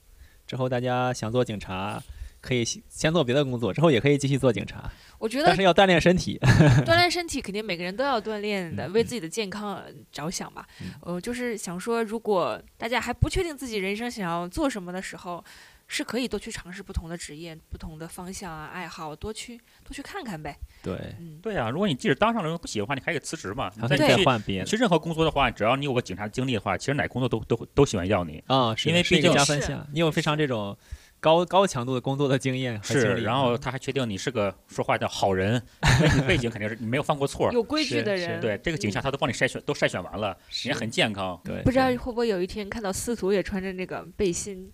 [SPEAKER 2] 之后大家想做警察，可以先先做别的工作，之后也可以继续做警察，
[SPEAKER 3] 我觉得
[SPEAKER 2] 但是要锻炼身体。
[SPEAKER 3] 锻炼身体肯定每个人都要锻炼的，
[SPEAKER 2] 嗯
[SPEAKER 3] 为自己的健康呃着想吧
[SPEAKER 2] 嗯。
[SPEAKER 3] 呃，就是想说，如果大家还不确定自己人生想要做什么的时候，是可以多去尝试不同的职业、不同的方向啊、爱好，多去多去看看呗。
[SPEAKER 2] 对，
[SPEAKER 3] 嗯，
[SPEAKER 4] *laughs* 对啊，如果你即使当上了不喜欢的话，你还可以辞职嘛。
[SPEAKER 2] 还
[SPEAKER 4] 你
[SPEAKER 2] 可
[SPEAKER 4] 再
[SPEAKER 2] 以
[SPEAKER 3] 对
[SPEAKER 2] 再
[SPEAKER 4] 去
[SPEAKER 2] 换别的
[SPEAKER 4] 去任何工作的话，只要你有个警察经历的话，其实哪工作都都都喜欢要你。
[SPEAKER 2] 啊，是
[SPEAKER 4] 因
[SPEAKER 2] 的
[SPEAKER 4] 为
[SPEAKER 2] 是一
[SPEAKER 4] 毕
[SPEAKER 2] 个
[SPEAKER 4] 竟
[SPEAKER 2] 加分
[SPEAKER 3] 是
[SPEAKER 2] 项。你有非常这种高高强度的工作的经验和经
[SPEAKER 4] 是，
[SPEAKER 2] 历，啊嗯
[SPEAKER 4] 然后他还确定你是个说话叫好人，因为你背景肯定是你没有犯过
[SPEAKER 3] *laughs*
[SPEAKER 4] 错儿。
[SPEAKER 3] 有规矩
[SPEAKER 2] 是
[SPEAKER 3] 的
[SPEAKER 2] 是
[SPEAKER 3] 人，
[SPEAKER 4] 对，这个警
[SPEAKER 3] 嗯
[SPEAKER 4] 察他都帮你筛选，都筛选完了，
[SPEAKER 2] 是
[SPEAKER 4] 也很健康。
[SPEAKER 2] 对，
[SPEAKER 3] 不知道
[SPEAKER 2] 对
[SPEAKER 3] 会不会有一天看到司徒也穿着那个背心，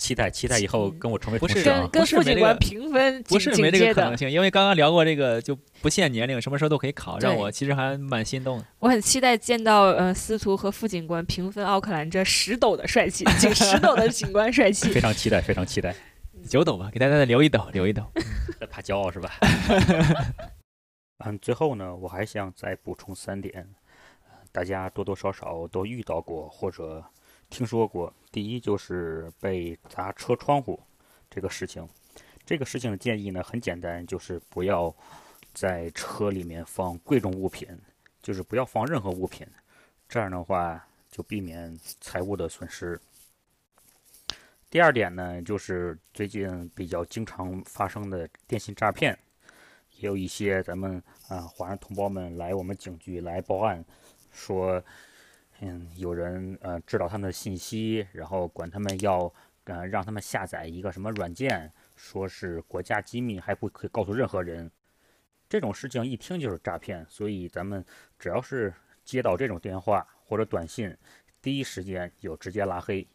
[SPEAKER 4] 期待期待以后跟我成为
[SPEAKER 2] 不
[SPEAKER 4] 同
[SPEAKER 2] 是
[SPEAKER 4] 事
[SPEAKER 3] 跟
[SPEAKER 4] 啊。
[SPEAKER 3] 跟
[SPEAKER 2] 是
[SPEAKER 3] 副
[SPEAKER 2] 没
[SPEAKER 3] 警
[SPEAKER 2] 这
[SPEAKER 3] 官
[SPEAKER 2] 个
[SPEAKER 3] 平分
[SPEAKER 2] 不
[SPEAKER 3] 警
[SPEAKER 2] 是
[SPEAKER 3] 警
[SPEAKER 2] 没这个
[SPEAKER 3] 戒
[SPEAKER 2] 可能
[SPEAKER 3] 的。
[SPEAKER 2] 性，因为刚刚聊过这个就不限年龄，什么时候都可以考，让
[SPEAKER 3] 对
[SPEAKER 2] 我其实还蛮心动的。
[SPEAKER 3] 我很期待见到呃司徒和副警官平分奥克兰这十斗的
[SPEAKER 2] *laughs*
[SPEAKER 3] 帅气，警十斗的警官帅气
[SPEAKER 4] 非。常期待，非常期待，
[SPEAKER 2] 九斗吧，给大家再留一斗，留
[SPEAKER 3] *laughs*
[SPEAKER 2] 一斗。
[SPEAKER 4] 怕骄傲是吧？嗯，最后呢，我还想再补充三点，大家多多少少都遇到过或者听说过。第一就是被砸车窗户这个事情，这个事情的建议呢很简单，就是不要在车里面放贵重物品，就是不要放任何物品。这样的话就避免财务的损失。第二点呢，就是最近比较经常发生的电信诈骗，也有一些咱们啊华人同胞们来我们警局来报案，说，嗯，有人呃知道他们的信息，然后管他们要呃让他们下载一个什么软件，说是国家机密，还不可以告诉任何人。这种事情一听就是诈骗，所以咱们只要是接到这种电话或者短信，第一时间就直接拉黑。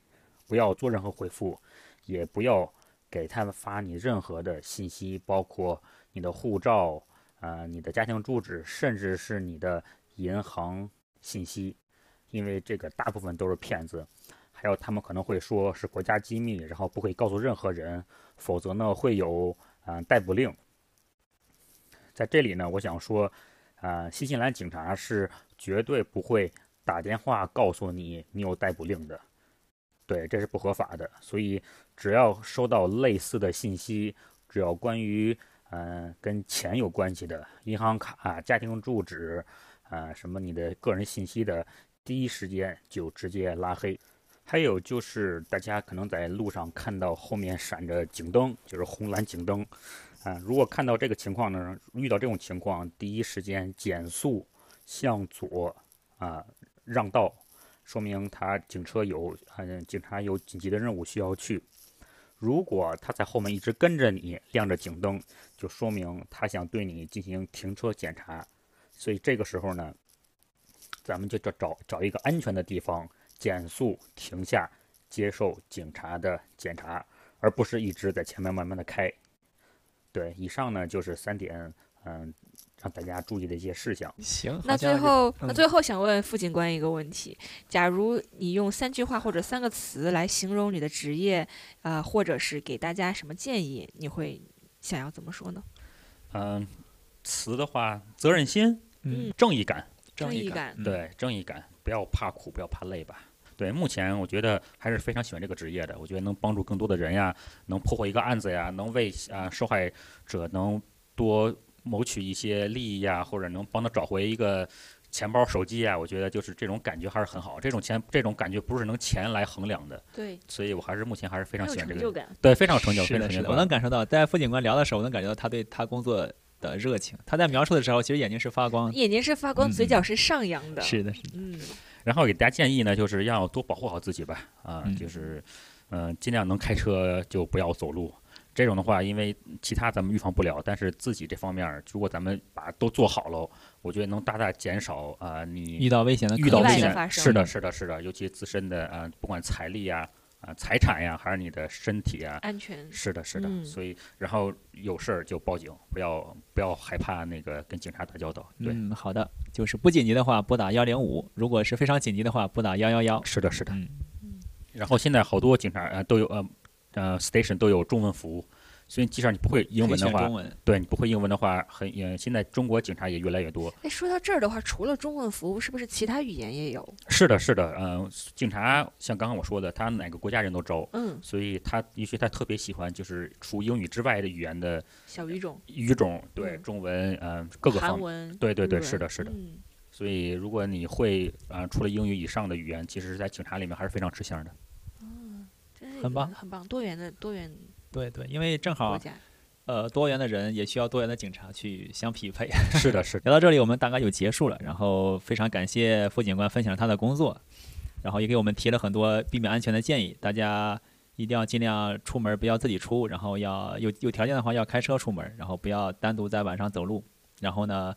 [SPEAKER 4] 不要做任何回复，也不要给他们发你任何的信息，包括你的护照、啊、呃、你的家庭住址，甚至是你的银行信息，因为这个大部分都是骗子。还有他们可能会说是国家机密，然后不会告诉任何人，否则呢会有啊、呃、逮捕令。在这里呢，我想说，啊、呃，新西兰警察是绝对不会打电话告诉你你有逮捕令的。对，这是不合法的。所以，只要收到类似的信息，只要关于嗯、呃、跟钱有关系的，银行卡、啊、家庭住址，啊、呃、什么你的个人信息的，第一时间就直接拉黑。还有就是大家可能在路上看到后面闪着警灯，就是红蓝警灯，啊、呃，如果看到这个情况呢，遇到这种情况，第一时间减速向左啊让道。说明他警车有，嗯、呃，警察有紧急的任务需要去。如果他在后面一直跟着你，亮着警灯，就说明他想对你进行停车检查。所以这个时候呢，咱们就找找找一个安全的地方减速停下，接受警察的检查，而不是一直在前面慢慢的开。对，以上呢就是三点，嗯、呃。让大家注意的一些事项。
[SPEAKER 2] 行，
[SPEAKER 3] 那最后，
[SPEAKER 4] 嗯
[SPEAKER 3] 那最后想问副警官一个问题：假如你用三句话或者三个词来形容你的职业，呃，或者是给大家什么建议，你会想要怎么说呢？
[SPEAKER 4] 嗯、呃，词的话，责任心，
[SPEAKER 2] 嗯，
[SPEAKER 4] 正义感，
[SPEAKER 2] 正
[SPEAKER 3] 义
[SPEAKER 2] 感，
[SPEAKER 3] 嗯、
[SPEAKER 4] 对，正义感，不要怕苦，不要怕累吧。对，目前我觉得还是非常喜欢这个职业的，我觉得能帮助更多的人呀，能破获一个案子呀，能为啊、呃、受害者能多。谋取一些利益呀、啊，或者能帮他找回一个钱包、手机啊，我觉得就是这种感觉还是很好。这种钱，这种感觉不是能钱来衡量的。
[SPEAKER 3] 对，
[SPEAKER 4] 所以我还是目前还是非常喜欢这嗯
[SPEAKER 3] 个。
[SPEAKER 4] 对，非常有成就，
[SPEAKER 2] 是的，
[SPEAKER 4] 是
[SPEAKER 2] 的，我能感受到。在副警官聊的时候，我能感觉到他对他工作的热情。他在描述的时候，其实眼睛是发光，
[SPEAKER 3] 眼睛是发光，
[SPEAKER 2] 嗯、
[SPEAKER 3] 嘴角是上扬的。
[SPEAKER 2] 是的，是的。
[SPEAKER 3] 嗯。
[SPEAKER 4] 然后给大家建议呢，就是要多保护好自己吧。啊，
[SPEAKER 2] 嗯、
[SPEAKER 4] 就是，嗯、呃，尽量能开车就不要走路。这种的话，因为其他咱们预防不了，但是自己这方面，如果咱们把都做好了，我觉得能大大减少啊、呃，你
[SPEAKER 2] 遇到危险的
[SPEAKER 4] 遇到危
[SPEAKER 3] 险发生。
[SPEAKER 4] 是的，是的，是的，尤其自身的啊、呃，不管财力呀、啊、呃、财产呀，还是你的身体啊，
[SPEAKER 3] 安全。
[SPEAKER 4] 是的，是的，
[SPEAKER 3] 嗯、
[SPEAKER 4] 所以然后有事儿就报警，不要不要害怕那个跟警察打交道。对，
[SPEAKER 2] 嗯，好的，就是不紧急的话拨打幺零五，如果是非常紧急的话拨打幺幺幺。
[SPEAKER 4] 是的，是的。
[SPEAKER 2] 嗯，
[SPEAKER 4] 然后现在好多警察啊都有呃。呃，station 都有中文服务，所以即使你不会英文的话，
[SPEAKER 2] 文
[SPEAKER 4] 对你不会英文的话，很呃，现在中国警察也越来越多。
[SPEAKER 3] 哎，说到这儿的话，除了中文服务，是不是其他语言也有？
[SPEAKER 4] 是的，是的，嗯、呃，警察像刚刚我说的，他哪个国家人都招，
[SPEAKER 3] 嗯，
[SPEAKER 4] 所以他也许他特别喜欢就是除英语之外的语言的
[SPEAKER 3] 小语种，
[SPEAKER 4] 语种对、
[SPEAKER 3] 嗯、
[SPEAKER 4] 中文，嗯、呃，各个方
[SPEAKER 3] 面，
[SPEAKER 4] 对对对，
[SPEAKER 3] 嗯、
[SPEAKER 4] 是的，是的。
[SPEAKER 3] 嗯
[SPEAKER 4] 所以如果你会啊、呃，除了英语以上的语言，其实在警察里面还是非常吃香的。
[SPEAKER 2] 很棒，
[SPEAKER 3] 很棒，多元的多元。
[SPEAKER 2] 对对，因为
[SPEAKER 4] 啊
[SPEAKER 2] 正好，呃，多元的人也需要多元的警察去相匹配。
[SPEAKER 4] 是的，是的。
[SPEAKER 2] 聊到这里，我们大概就结束了。然后非常感谢副警官分享他的工作，然后也给我们提了很多避免安全的建议。大家一定要尽量出门不要自己出，然后要有有条件的话要开车出门，然后不要单独在晚上走路。然后呢，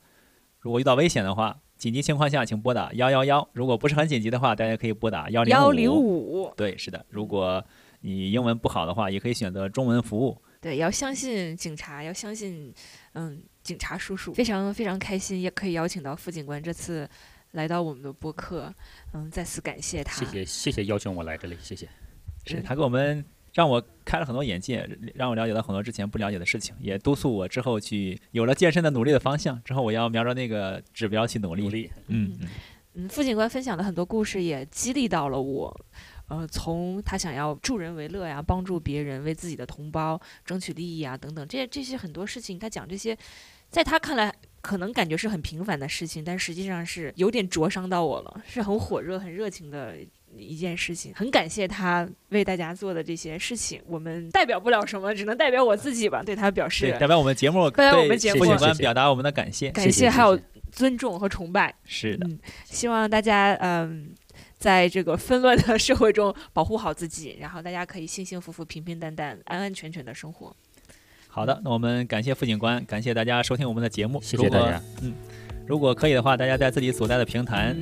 [SPEAKER 2] 如果遇到危险的话。紧急情况下，请拨打幺幺幺。如果不是很紧急的话，大家可以拨打幺零
[SPEAKER 3] 幺零五。
[SPEAKER 2] 对，是的。如果你英文不好的话，也可以选择中文服务。
[SPEAKER 3] 对，要相信警察，要相信嗯警察叔叔。非常非常开心，也可以邀请到副警官这次来到我们的播客。嗯，再次感谢他。
[SPEAKER 4] 谢谢谢谢邀请我来这里，谢谢。
[SPEAKER 3] 嗯
[SPEAKER 2] 是他给我们让我开了很多眼界，让我了解到很多之前不了解的事情，也督促我之后去有了健身的努力的方向。之后我要瞄着那个指标去努力。
[SPEAKER 4] 努力，
[SPEAKER 2] 嗯嗯。
[SPEAKER 3] 嗯，副警官分享的很多故事也激励到了我，呃，从他想要助人为乐呀，帮助别人，为自己的同胞争取利益啊，等等，这这些很多事情，他讲这些，在他看来。可能感觉是很平凡的事情，但实际上是有点灼伤到我了，是很火热、很热情的一件事情。很感谢他为大家做的这些事情，我们代表不了什么，只能代表我自己吧，对他表
[SPEAKER 2] 对，
[SPEAKER 3] 示
[SPEAKER 2] 代表我们节目
[SPEAKER 3] 代表我们
[SPEAKER 2] 对
[SPEAKER 3] 节
[SPEAKER 2] 父
[SPEAKER 3] 目
[SPEAKER 2] 亲
[SPEAKER 4] 谢谢
[SPEAKER 2] 官表达我们的感谢。
[SPEAKER 3] 感
[SPEAKER 4] 谢
[SPEAKER 3] 谢，
[SPEAKER 4] 谢
[SPEAKER 3] 还有
[SPEAKER 4] 谢
[SPEAKER 3] 尊重和崇拜。
[SPEAKER 2] 是的，
[SPEAKER 3] 嗯，希望大家嗯，在这个纷乱的社会中保护好自己，然后大家可以幸幸福福、平平淡淡、安安全全的生活。
[SPEAKER 2] 好的，那我们感谢副警官，感谢大家收听我们的节目，
[SPEAKER 4] 谢谢大家。
[SPEAKER 2] 嗯，如果可以的话，大家在自己所在的平台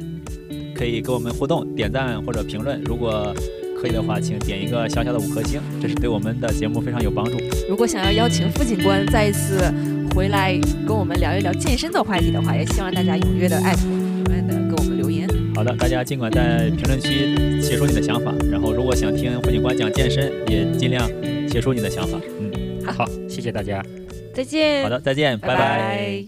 [SPEAKER 2] 可以跟我们互动、点赞或者评论。如果可以的话，请点一个小小的五颗星，这是对我们的节目非常有帮助。
[SPEAKER 3] 如果想要邀请副警官再一次回来跟我们聊一聊健身的话题的话，也希望大家踊跃的艾特我们，踊跃的给我们留言。
[SPEAKER 2] 好的，大家尽管在评论区写出你的想法，然后如果想听副警官讲健身，也尽量写出你的想法。嗯，
[SPEAKER 4] 好，谢谢大家。
[SPEAKER 3] 再见，
[SPEAKER 2] 好的，再见，
[SPEAKER 3] 拜
[SPEAKER 2] 拜
[SPEAKER 3] 拜